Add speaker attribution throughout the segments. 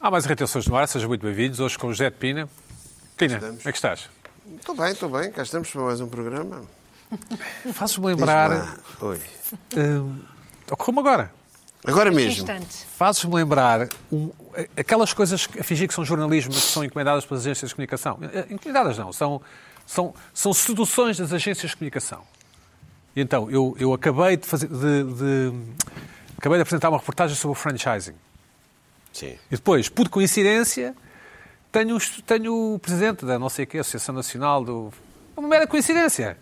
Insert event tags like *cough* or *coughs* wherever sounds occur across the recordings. Speaker 1: Há mais retenções no ar, sejam muito bem-vindos. Hoje com o José de Pina. Pina, como
Speaker 2: Estamos.
Speaker 1: é que estás?
Speaker 2: Estou bem, estou bem. Cá estamos para mais um programa.
Speaker 1: Fazes-me
Speaker 2: Diz
Speaker 1: lembrar.
Speaker 2: lá. Oi.
Speaker 1: hum, Ocorre-me agora.
Speaker 2: Agora
Speaker 3: Neste
Speaker 2: mesmo.
Speaker 3: instante.
Speaker 1: Fazes-me lembrar um- a- aquelas coisas que- a fingir que são jornalismo, que são encomendadas pelas agências de comunicação. Eh, Encomendadas não, são, são, são seduções das agências de comunicação. E então, eu, eu acabei de fazer. de- de- acabei de apresentar uma reportagem sobre o franchising.
Speaker 2: Sim.
Speaker 1: E depois, por coincidência, tenho, os- tenho o presidente da não sei que Associação Nacional do. Uma mera coincidência.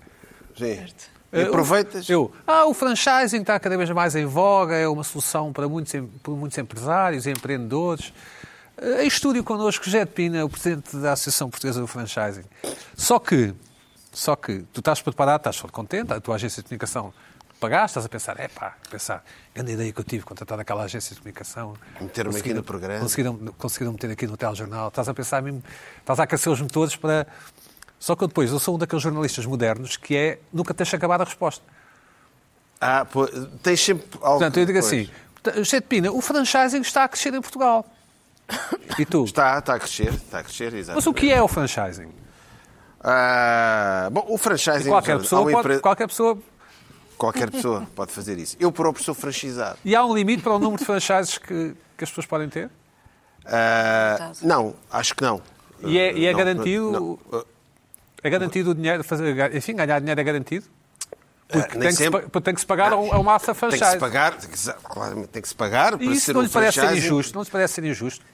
Speaker 2: Sim. E
Speaker 1: Eh, o-
Speaker 2: aproveitas.
Speaker 1: Eu, ah, o franchising está cada vez mais em voga, é uma solução para muitos, em- para muitos empresários e empreendedores. Eh, Em estúdio connosco, José de Pina, o presidente da Associação Portuguesa do Franchising. Só que, só que, tu estás preparado, estás todo contente, a tua agência de comunicação pagaste, estás a pensar, epá, pensar, grande ideia que eu tive, contratar aquela agência de comunicação.
Speaker 2: Meter-me aqui
Speaker 1: Conseguiram-
Speaker 2: no programa.
Speaker 1: Conseguiram, conseguiram meter aqui no telejornal, estás a pensar mesmo, estás a aquecer os motores para... Só que eu depois, eu sou um daqueles jornalistas modernos que é, nunca tens acabado a resposta.
Speaker 2: Ah, pô, tens sempre algo.
Speaker 1: Portanto, eu digo
Speaker 2: Pois.
Speaker 1: assim, José de Pina, o franchising está a crescer em Portugal. E tu?
Speaker 2: Está, está a crescer, está a crescer, exato.
Speaker 1: Mas o que é o franchising?
Speaker 2: Ah, bom, o franchising.
Speaker 1: Qualquer
Speaker 2: há um
Speaker 1: pessoa,
Speaker 2: uma
Speaker 1: pode,
Speaker 2: empre-
Speaker 1: qualquer pessoa...
Speaker 2: qualquer pessoa pode fazer isso. Eu próprio sou franchisado.
Speaker 1: E há um limite para o número de franchises que, que as pessoas podem ter?
Speaker 2: Ah, não, acho que não.
Speaker 1: E é, e é
Speaker 2: Não,
Speaker 1: garantido...
Speaker 2: não.
Speaker 1: É garantido o dinheiro, fazer, enfim, ganhar dinheiro é garantido? Porque
Speaker 2: Ah, nem
Speaker 1: tem, que se,
Speaker 2: sempre.
Speaker 1: pa- tem que se pagar a um- a uma massa
Speaker 2: Tem
Speaker 1: franchise.
Speaker 2: que se pagar, tem que se- claramente tem que se pagar para
Speaker 1: E isso
Speaker 2: ser
Speaker 1: não
Speaker 2: um
Speaker 1: lhe parece ser
Speaker 2: franchising.
Speaker 1: injusto? Não lhe parece ser injusto?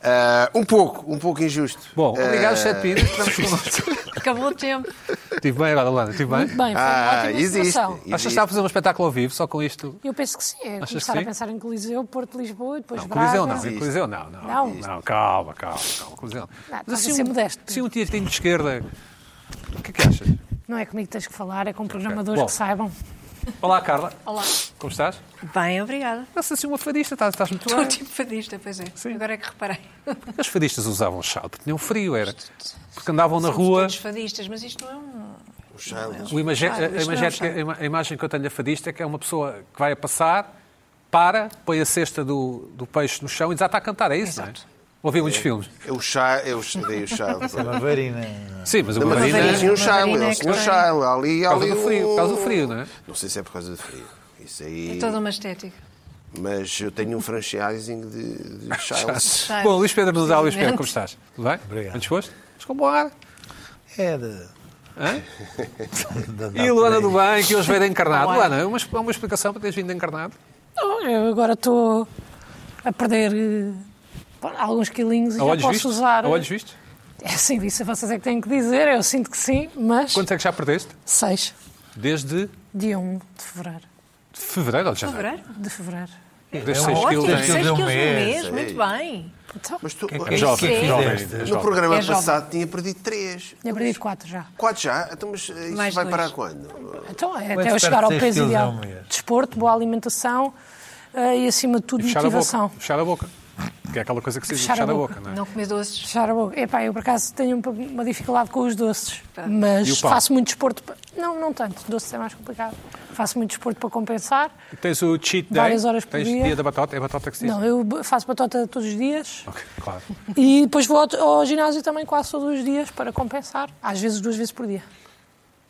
Speaker 2: Ah, um pouco, um pouco injusto.
Speaker 1: Bom,
Speaker 2: Ah,
Speaker 1: obrigado, José de Pina. *laughs* Estamos connosco.
Speaker 3: Acabou o tempo.
Speaker 1: Estive bem agora, Luana? Estive bem?
Speaker 3: Muito bem, foi é uma
Speaker 2: Ah,
Speaker 3: ótima
Speaker 2: existe.
Speaker 3: introdução.
Speaker 1: Achas que
Speaker 2: existe.
Speaker 1: está a fazer um espetáculo ao vivo, só com isto?
Speaker 3: Eu penso que sim. É
Speaker 1: Achas
Speaker 3: começar
Speaker 1: que sim?
Speaker 3: a pensar em Coliseu, Porto, Lisboa e depois
Speaker 1: Não,
Speaker 3: Braga.
Speaker 1: Coliseu não, em Coliseu não. Não,
Speaker 3: Não?
Speaker 1: não calma, calma, calma. Coliseu.
Speaker 3: estás a ser modesto.
Speaker 1: Se um tirinho de esquerda, o que é que achas?
Speaker 3: Não é comigo que tens que falar, é com programadores
Speaker 1: Bom.
Speaker 3: que saibam.
Speaker 1: Olá, Carla.
Speaker 4: Olá.
Speaker 1: Como estás?
Speaker 4: Bem, obrigada.
Speaker 1: Estás assim uma fadista, estás, estás muito
Speaker 4: Estou
Speaker 1: bem.
Speaker 4: tipo fadista, pois é.
Speaker 1: Sim.
Speaker 4: Agora é que reparei.
Speaker 1: Os fadistas usavam chal, porque tinham frio, era. Porque andavam na
Speaker 4: Somos
Speaker 1: rua.
Speaker 4: todos fadistas, mas isto não é um.
Speaker 2: O Childs.
Speaker 1: O image-
Speaker 4: Ah, isto não
Speaker 1: a,
Speaker 4: é
Speaker 1: imagética-
Speaker 4: um
Speaker 1: a imagem que eu tenho da fadista é que é uma pessoa que vai a passar, para, põe a cesta do, do peixe no chão e desata a cantar, é isso,
Speaker 4: Exato.
Speaker 1: não é? Ouvi muitos filmes.
Speaker 2: É o chá, eu dei o chá. Não,
Speaker 5: Uma varina.
Speaker 1: Sim, mas o
Speaker 2: mas
Speaker 1: Marina,
Speaker 2: não
Speaker 1: é
Speaker 2: tinha um
Speaker 1: por
Speaker 2: chá,
Speaker 4: Marina
Speaker 2: é o
Speaker 4: é que
Speaker 2: senhor
Speaker 4: tem.
Speaker 2: chá, ali,
Speaker 1: causa
Speaker 2: ali.
Speaker 1: do frio, por causa do
Speaker 2: o-
Speaker 1: frio, não é?
Speaker 2: Não sei se é por causa do frio. Isso aí.
Speaker 4: É toda uma estética.
Speaker 2: Mas eu tenho um franchising de, de Childs.
Speaker 4: Chá.
Speaker 1: Bom, Luís Pedro Nuzal, Luís Pedro, como estás? Tudo bem?
Speaker 5: Obrigado.
Speaker 1: Bem disposto? Mas com bom ar.
Speaker 5: É de.
Speaker 1: Hã?
Speaker 5: de- de-
Speaker 1: E a Luana do
Speaker 5: de-
Speaker 1: Bem, que hoje veio de encarnado.
Speaker 4: Olá.
Speaker 1: Luana, há uma, há uma explicação para teres vindo de encarnado?
Speaker 3: Não, eu agora estou a perder eh, alguns quilinhos e
Speaker 1: A
Speaker 3: já
Speaker 1: olhos
Speaker 3: posso
Speaker 1: vistos?
Speaker 3: usar.
Speaker 1: A olhos vistos?
Speaker 3: É sim, isso vocês é que têm que dizer, eu sinto que sim, mas
Speaker 1: Quantos é que já perdeste?
Speaker 3: seis
Speaker 1: Desde
Speaker 3: dia 1 de fevereiro.
Speaker 1: fevereiro ou de janeiro?
Speaker 4: Fevereiro?
Speaker 3: De fevereiro.
Speaker 1: Desde
Speaker 5: É
Speaker 1: 6
Speaker 5: ótimo,
Speaker 1: quilos.
Speaker 4: Ótimo,
Speaker 5: tem
Speaker 1: em-
Speaker 5: seis
Speaker 4: 6 quilos no um mês,
Speaker 2: Sei.
Speaker 4: muito bem.
Speaker 3: Então,
Speaker 2: Mas tu,
Speaker 1: É
Speaker 4: Sim.
Speaker 1: jovem, jovem.
Speaker 5: Fizeste.
Speaker 1: jovem.
Speaker 2: no programa
Speaker 4: É jovem.
Speaker 2: passado tinha perdido três.
Speaker 3: tinha perdido quatro já.
Speaker 2: Quatro já? Então, mas eh, isso
Speaker 4: Mais
Speaker 2: vai
Speaker 4: dois.
Speaker 2: parar quando?
Speaker 3: Então, é
Speaker 5: Quantos
Speaker 3: até eu chegar ao
Speaker 5: perto seis
Speaker 3: peso
Speaker 5: quilos é
Speaker 3: ideal.
Speaker 5: um mês?
Speaker 3: Desporto, boa alimentação eh, e, acima de tudo,
Speaker 1: Fechar a boca.
Speaker 3: motivação.
Speaker 1: Fechar a boca. Que é aquela coisa que se diz,
Speaker 3: Fechar a
Speaker 1: fechar a
Speaker 3: boca.
Speaker 1: boca, não é?
Speaker 4: Não comer doces.
Speaker 3: Fechar a boca. Epá, eu por acaso tenho um- uma dificuldade com os doces,
Speaker 4: Tá.
Speaker 3: mas
Speaker 1: E o pão?
Speaker 3: faço muito desporto. pa- Não, não tanto. Doces é mais complicado. Faço muito desporto para compensar.
Speaker 1: é? Tens o cheat day.
Speaker 3: Várias horas por
Speaker 1: Tens
Speaker 3: dia.
Speaker 1: dia da batata. É batata que se diz?
Speaker 3: Não, eu b- faço batota todos os dias
Speaker 1: Ok, claro.
Speaker 3: e depois vou ao, ao ginásio também quase todos os dias para compensar. Às vezes, duas vezes por dia.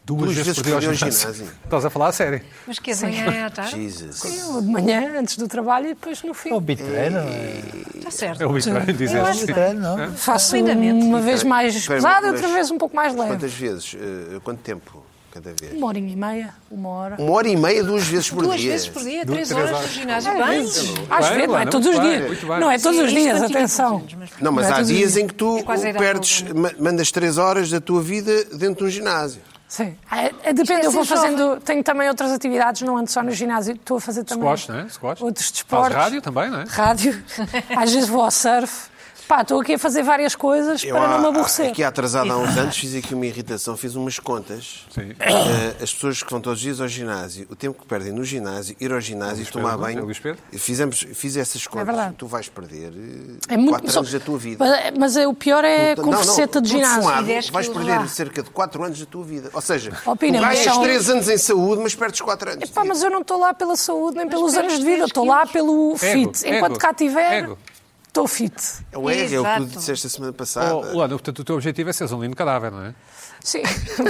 Speaker 1: Duas, vezes por dia ao ginásio. Estás a falar a sério.
Speaker 4: Mas que amanhã é à tarde?
Speaker 2: Jesus.
Speaker 3: De manhã, antes do trabalho e depois no
Speaker 5: É o
Speaker 3: fim.
Speaker 5: bitreiro, não é?
Speaker 4: Está Tá certo.
Speaker 1: É o bicho,
Speaker 4: Eu
Speaker 5: É
Speaker 1: dizeste.
Speaker 5: o
Speaker 4: acho
Speaker 3: um
Speaker 4: que-
Speaker 5: bitreiro, não?
Speaker 3: Faço
Speaker 4: Lindamente.
Speaker 3: uma vez mais
Speaker 2: Espera,
Speaker 3: pesada e
Speaker 2: mas
Speaker 3: outra vez um pouco mais leve.
Speaker 2: Quantas vezes? Eh, Quanto tempo cada vez?
Speaker 3: Uma horinha e meia, uma hora.
Speaker 1: Um
Speaker 2: Uma hora e meia, duas vezes por
Speaker 4: Duas
Speaker 2: dia.
Speaker 4: vezes por dia,
Speaker 1: Duas,
Speaker 4: 3
Speaker 1: três
Speaker 4: horas no
Speaker 1: horas. É,
Speaker 4: ginásio.
Speaker 3: Às
Speaker 4: Bem.
Speaker 3: vezes, às
Speaker 1: bem,
Speaker 3: vezes, não é
Speaker 1: Luana,
Speaker 3: todos os
Speaker 1: muito bem,
Speaker 3: dias.
Speaker 1: muito bem.
Speaker 3: Não é todos
Speaker 4: Sim,
Speaker 3: os
Speaker 4: isso
Speaker 3: dias,
Speaker 4: mantinha
Speaker 3: atenção.
Speaker 4: todos os dias, mas-
Speaker 2: Não, mas
Speaker 3: Não é
Speaker 2: há
Speaker 3: todos os
Speaker 2: dias
Speaker 3: dias.
Speaker 2: em que tu
Speaker 4: É quase a idade
Speaker 2: perdes,
Speaker 4: da
Speaker 2: ma- mandas três horas da tua vida dentro de um ginásio.
Speaker 3: Sim. É, é, depende,
Speaker 4: é
Speaker 3: eu vou
Speaker 4: ser
Speaker 3: fazendo. Tenho também outras atividades, não ando só no ginásio, estou a fazer também.
Speaker 1: Squash, não é? Squash.
Speaker 3: Outros
Speaker 1: Faz
Speaker 3: desportos.
Speaker 1: rádio também, não é?
Speaker 3: Rádio. Às vezes vou ao surf. Pá, estou aqui a fazer várias coisas para não me
Speaker 2: há-
Speaker 3: aborrecer.
Speaker 2: Aqui atrasado há
Speaker 3: *laughs*
Speaker 2: uns anos fiz aqui uma irritação, fiz umas contas.
Speaker 1: Sim.
Speaker 2: Eh, As pessoas que vão todos os dias ao ginásio, o tempo que perdem no ginásio, ir ao ginásio,
Speaker 1: Luís Pedro,
Speaker 2: tomar
Speaker 1: é o
Speaker 2: banho.
Speaker 1: Luís Pedro?
Speaker 2: Fizemos, fiz essas contas.
Speaker 3: É verdade.
Speaker 2: tu vais perder eh,
Speaker 3: É muito
Speaker 2: quatro
Speaker 3: só-
Speaker 2: anos da tua vida.
Speaker 3: Mas, mas é, o pior é
Speaker 2: Não,
Speaker 3: com
Speaker 2: não,
Speaker 3: faceta de
Speaker 2: tudo
Speaker 3: ginásio.
Speaker 2: somado,
Speaker 4: E dez
Speaker 2: vais
Speaker 4: quilos
Speaker 2: perder
Speaker 4: lá.
Speaker 2: cerca de 4 anos da tua vida. Ou seja,
Speaker 3: Opina,
Speaker 2: tu
Speaker 3: mas
Speaker 2: ganhas
Speaker 3: são-
Speaker 2: 3 anos em saúde, mas perdes 4 anos.
Speaker 3: Pá, mas eu não estou lá pela saúde nem pelos anos de vida, estou lá pelo
Speaker 1: Ego,
Speaker 3: fit.
Speaker 1: ego,
Speaker 3: Enquanto cá tiver.
Speaker 1: Ego.
Speaker 3: Estou fit.
Speaker 2: É o R, é o que tu
Speaker 4: Exato.
Speaker 2: disseste a semana passada.
Speaker 1: Oh, Luana, portanto, o teu objetivo é seres um lindo cadáver, não é? *laughs*
Speaker 3: Sim,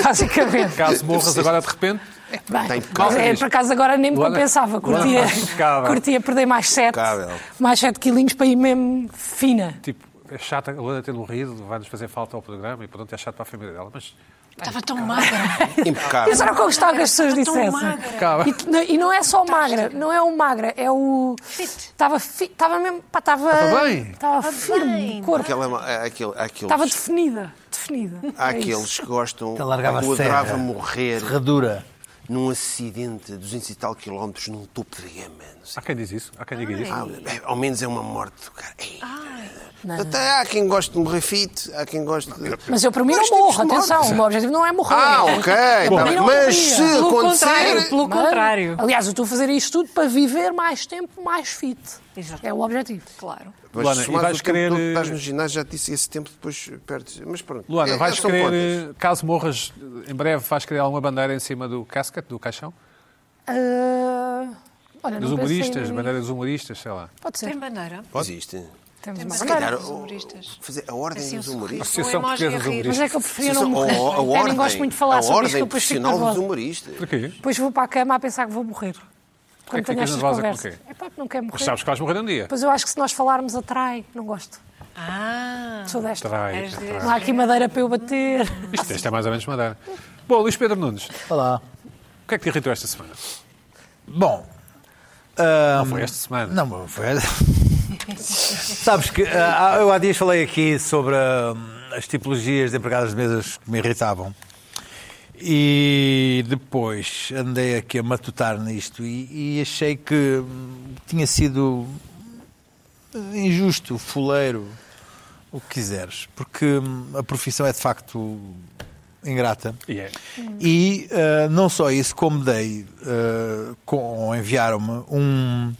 Speaker 3: basicamente.
Speaker 1: Caso morras agora de repente,
Speaker 3: Bem,
Speaker 2: Tem
Speaker 3: mas
Speaker 2: pecado
Speaker 3: é,
Speaker 1: nisto.
Speaker 3: por acaso agora nem me
Speaker 1: Luana-
Speaker 3: compensava.
Speaker 1: Luana
Speaker 3: Curtia,
Speaker 1: faz impecável.
Speaker 3: curtia perder mais 7
Speaker 2: Impecável.
Speaker 3: mais sete quilinhos para ir mesmo fina.
Speaker 1: tipo, é chata, a Luana tem morrido, vai-nos fazer falta ao programa e pronto, é chato para a família dela. Mas
Speaker 4: Estava tão magra.
Speaker 2: *laughs* Impecável.
Speaker 3: Eu só não gostava que as pessoas
Speaker 4: Estava tão
Speaker 3: dissessem.
Speaker 4: magra.
Speaker 1: Acaba.
Speaker 3: E, não- e não é só o magra, não é o magra, é o.
Speaker 4: Fit.
Speaker 3: Estava fit, estava mesmo. Pá, estava.
Speaker 1: Está bem.
Speaker 3: Estava firme,
Speaker 4: bem.
Speaker 3: o corpo.
Speaker 2: Aquela, há é aquele- há aqueles,
Speaker 3: Estava definida, definida.
Speaker 2: há
Speaker 3: É isso.
Speaker 2: aqueles que gostam.
Speaker 5: Ele largava
Speaker 2: eu
Speaker 5: serra.
Speaker 2: adorava morrer
Speaker 5: Ferradura.
Speaker 2: num acidente a 200 e tal quilómetros num topo de gama. não
Speaker 1: há
Speaker 2: sei.
Speaker 1: quem diz isso, há quem diga isso.
Speaker 2: Ah, é, ao menos é uma morte do cara. Ei. Até há quem goste de morrer fit, há quem goste de.
Speaker 3: Mas eu, para mim,
Speaker 2: Nós
Speaker 4: tipo,
Speaker 3: não
Speaker 2: temos
Speaker 3: morro,
Speaker 2: de morrer.
Speaker 3: atenção. O meu objetivo não é morrer.
Speaker 2: Ah, ok.
Speaker 3: Bom,
Speaker 2: tá bem.
Speaker 3: não
Speaker 2: Mas
Speaker 3: morria.
Speaker 2: se
Speaker 4: Pelo contrário,
Speaker 2: acontecer.
Speaker 4: pelo contrário.
Speaker 3: Aliás, eu estou a fazer isto tudo para viver mais tempo, mais fit.
Speaker 4: Exato.
Speaker 3: É o objetivo.
Speaker 4: Claro.
Speaker 2: Mas
Speaker 1: Luana,
Speaker 2: se
Speaker 1: e
Speaker 2: mais
Speaker 1: vais
Speaker 2: o tempo
Speaker 1: querer,
Speaker 2: todo
Speaker 1: eh,
Speaker 2: que estás no ginásio, já te disse esse tempo, depois perdes. Mas pronto.
Speaker 1: Luana,
Speaker 2: É,
Speaker 1: vais
Speaker 2: são
Speaker 1: querer, eh,
Speaker 2: contas.
Speaker 1: caso morras eh, em breve, vais querer alguma bandeira em cima do casket, do caixão?
Speaker 3: Ah, olha,
Speaker 1: Dos
Speaker 3: não pensei
Speaker 1: humoristas,
Speaker 3: nisso.
Speaker 1: bandeira dos humoristas, sei lá.
Speaker 3: Pode ser.
Speaker 4: Tem bandeira.
Speaker 2: Existe.
Speaker 3: Temos
Speaker 4: Tem
Speaker 3: uma
Speaker 2: Se
Speaker 4: bandeira.
Speaker 2: calhar,
Speaker 4: Os
Speaker 2: o-
Speaker 4: humoristas.
Speaker 2: fazer a ordem
Speaker 4: Assim, um
Speaker 2: dos
Speaker 4: sorriso.
Speaker 2: humoristas.
Speaker 1: Associação
Speaker 4: Um emoji
Speaker 1: Portuguesa dos
Speaker 4: a rir.
Speaker 3: Mas
Speaker 1: Humoristas.
Speaker 3: é que eu preferia não
Speaker 2: Associação-
Speaker 3: morrer.
Speaker 2: a- a
Speaker 3: Eu nem
Speaker 2: ordem-
Speaker 3: gosto muito de falar
Speaker 2: a
Speaker 3: sobre isto,
Speaker 2: ordem
Speaker 3: que depois fico
Speaker 2: profissional dos
Speaker 3: nervosa.
Speaker 2: humoristas.
Speaker 1: Porquê?
Speaker 3: Depois vou para a cama a pensar que vou morrer. Quando
Speaker 1: que ficas
Speaker 3: tenho estas
Speaker 1: nervosa
Speaker 3: conversas.
Speaker 1: porquê?
Speaker 3: É pá, porque não quero
Speaker 1: Mas
Speaker 3: morrer.
Speaker 1: sabes que vais morrer um dia.
Speaker 3: Pois eu acho que se nós falarmos atrai, não gosto.
Speaker 4: Ah.
Speaker 3: Sou desta.
Speaker 1: Trai,
Speaker 4: És
Speaker 1: trai.
Speaker 3: Não há aqui madeira para eu bater.
Speaker 1: Isto, isto é mais ou menos madeira. Bom, Luís Pedro Nunes, o
Speaker 5: Olá.
Speaker 1: que é que te irritou esta semana?
Speaker 5: Bom. ah,
Speaker 1: Não foi esta semana.
Speaker 5: Não, mas foi. *laughs* Sabes que ah, eu há dias falei aqui sobre ah, as tipologias de empregadas de mesas que me irritavam. E depois andei aqui a matutar nisto e, e achei que hum, tinha sido hum, injusto, fuleiro, o que quiseres, porque hum, a profissão é de facto ingrata.
Speaker 1: E é.
Speaker 5: E ah, não só isso, como dei, ah, com, enviaram-me um,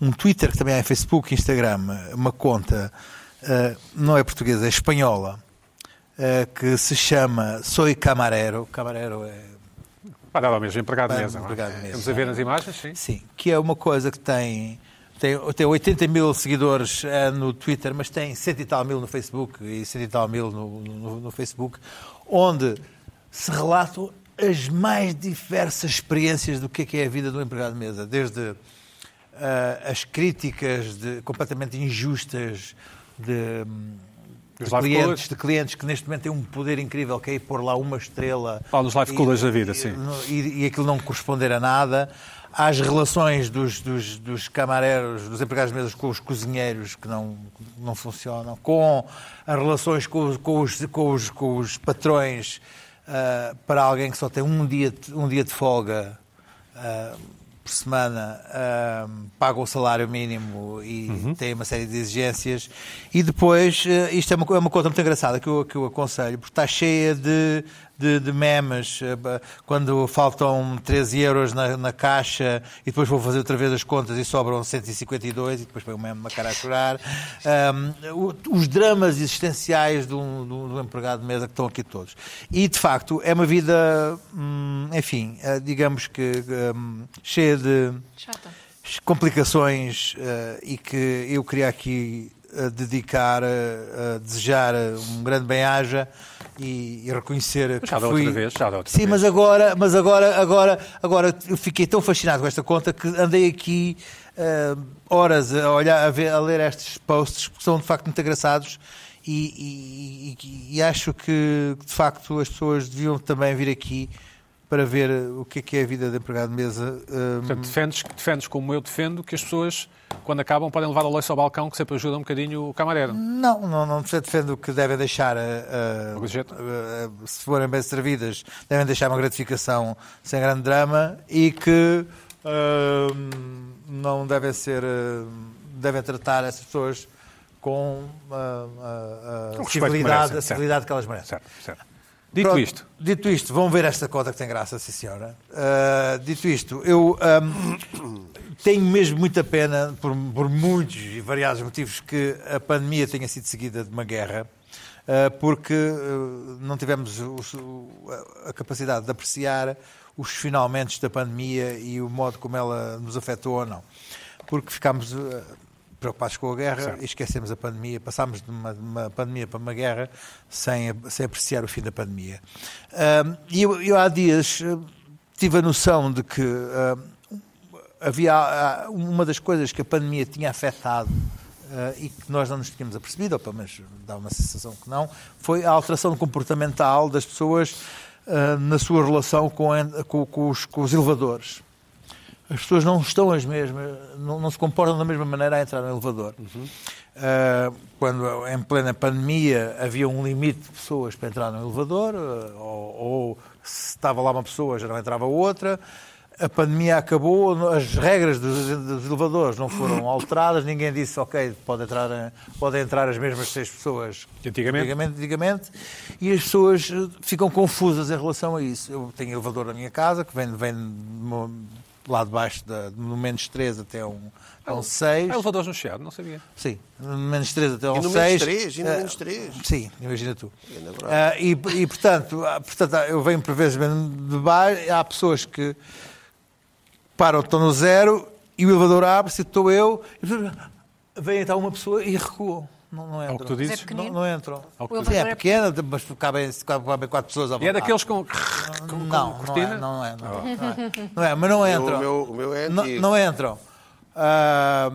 Speaker 5: um Twitter, que também há em Facebook, Instagram, uma conta, ah, não é portuguesa, é espanhola, ah, que se chama Soy Camarero. Camarero é
Speaker 1: Vai dar ao mesmo, empregado de
Speaker 5: Vai,
Speaker 1: mesa. não é?
Speaker 5: empregado de mesa.
Speaker 1: Estamos a ver nas imagens, sim.
Speaker 5: Sim, que é uma coisa que tem, tem, tem 80 mil seguidores eh, no Twitter, mas tem 100 e tal mil no Facebook e 100 e tal mil no, no- no Facebook, onde se relatam as mais diversas experiências do que é, que é a vida de um empregado de mesa, desde ah, as críticas de- completamente injustas de, hum,
Speaker 1: Dos
Speaker 5: de
Speaker 1: life
Speaker 5: clientes,
Speaker 1: coaches.
Speaker 5: de clientes que neste momento têm um poder incrível que é ir pôr lá uma estrela
Speaker 1: Ah, nos life
Speaker 5: e-
Speaker 1: coolers da vida,
Speaker 5: e-
Speaker 1: sim.
Speaker 5: no- e, e aquilo não corresponder a nada, às relações dos, dos, dos camareiros, dos empregados de mesas com os cozinheiros que não, não funcionam, com as relações com, os- com, os, com, os, com os patrões ah, para alguém que só tem um dia, de- um dia de folga ah, por semana, ah, paga o salário mínimo e tem uma série de exigências. E depois, ah, isto é uma, co- é uma conta muito engraçada que eu, que eu aconselho, porque está cheia de, de, de memes, eh, ba- quando faltam 13 euros na, na caixa e depois vou fazer outra vez as contas e sobram 152 e depois põe o meme na cara a chorar. Ahm, o- os dramas existenciais de um, de um- de um empregado de mesa que estão aqui todos. E de facto é uma vida, hum, enfim, eh, digamos que hum, cheia de
Speaker 4: Chata.
Speaker 5: complicações eh, e que eu queria aqui eh, dedicar, eh, a desejar eh, um grande bem-aja e, e reconhecer que
Speaker 1: já da
Speaker 5: fui...
Speaker 1: outra vez, já da outra
Speaker 5: Sim,
Speaker 1: vez.
Speaker 5: mas agora, mas agora, agora, agora eu fiquei tão fascinado com esta conta que andei aqui eh, horas a olhar, a, ver- a ler estes posts que são de facto muito engraçados. E, e- e- e acho que de facto as pessoas deviam também vir aqui para ver o que é que é a vida de empregado de mesa. eh,
Speaker 1: Portanto, defendes, defendes como eu defendo que as pessoas, quando acabam, podem levar o lenço ao balcão, que sempre ajuda um bocadinho o camareiro.
Speaker 5: Não, não, não se defende o que devem deixar. eh, eh,
Speaker 1: O gorjeta?
Speaker 5: eh, se forem bem servidas, devem deixar uma gratificação sem grande drama e que eh, não devem ser. eh, devem tratar essas pessoas com eh, a- a,
Speaker 1: respeito que
Speaker 5: civilidade,
Speaker 1: merecem,
Speaker 5: a civilidade que elas merecem.
Speaker 1: Certo, certo. Dito
Speaker 5: Pronto,
Speaker 1: isto,
Speaker 5: Dito isto, vão ver esta conta que tem graça, sim senhora. Ah, dito isto, eu ahm, *coughs* tenho mesmo muita pena, por, por muitos e variados motivos, que a pandemia tenha sido seguida de uma guerra, ah, porque ah, não tivemos o- o- a- a capacidade de apreciar os finalmente da pandemia e o modo como ela nos afetou ou não. Porque ficámos ah, preocupados com a guerra e esquecemos a pandemia. Passámos de uma, de uma pandemia para uma guerra sem, sem apreciar o fim da pandemia. Ahm, e eu, eu há dias eh, tive a noção de que ahm, havia ah, uma das coisas que a pandemia tinha afetado ah, e que nós não nos tínhamos apercebido, ou pelo menos dá uma sensação que não, foi a alteração comportamental das pessoas ah, na sua relação com, en- com- com os, com os elevadores. As pessoas não estão as mesmas, não, não se comportam da mesma maneira a entrar no elevador.
Speaker 6: Uhum.
Speaker 5: Ah, quando em plena pandemia havia um limite de pessoas para entrar no elevador, ah, ou, ou se estava lá uma pessoa já não entrava outra. A pandemia acabou, no- as regras dos, dos elevadores não
Speaker 6: *coughs*
Speaker 5: foram alteradas, ninguém disse, ok, pode entrar, eh, podem entrar as mesmas seis pessoas
Speaker 6: Que antigamente.
Speaker 5: antigamente, antigamente, e as pessoas eh, ficam confusas em relação a isso. Eu tenho elevador na minha casa, que vem, vem de uma- lá de baixo, da- do menos 3 até um, a um 6.
Speaker 1: Há elevadores no Chiado, não sabia.
Speaker 5: Sim, no menos 3 até
Speaker 2: É E
Speaker 5: um
Speaker 2: no
Speaker 5: 6.
Speaker 2: menos 3, e no menos 3.
Speaker 5: Sim, imagina tu.
Speaker 2: Ainda bravo.
Speaker 5: Ah, e, e, portanto, ah, portanto, ah, eu venho por vezes mesmo de baixo, há pessoas que param, estão no zero, e o elevador abre-se, estou eu, e vem então uma pessoa e recuam. Não, não entram.
Speaker 6: que tu dizes?
Speaker 5: Não, não entram.
Speaker 6: Ao que
Speaker 4: É O
Speaker 6: tu
Speaker 5: Sim,
Speaker 4: elevador
Speaker 5: é
Speaker 4: é
Speaker 5: pequena, mas cabem, cabem quatro pessoas à
Speaker 1: E
Speaker 5: vontade.
Speaker 1: é daqueles com. com
Speaker 5: não, não é,
Speaker 1: cortina?
Speaker 5: não é, não é, não é. Não é, mas não entram.
Speaker 2: Ah. O meu- o meu é
Speaker 5: não,
Speaker 2: antigo.
Speaker 5: não entram. Ah,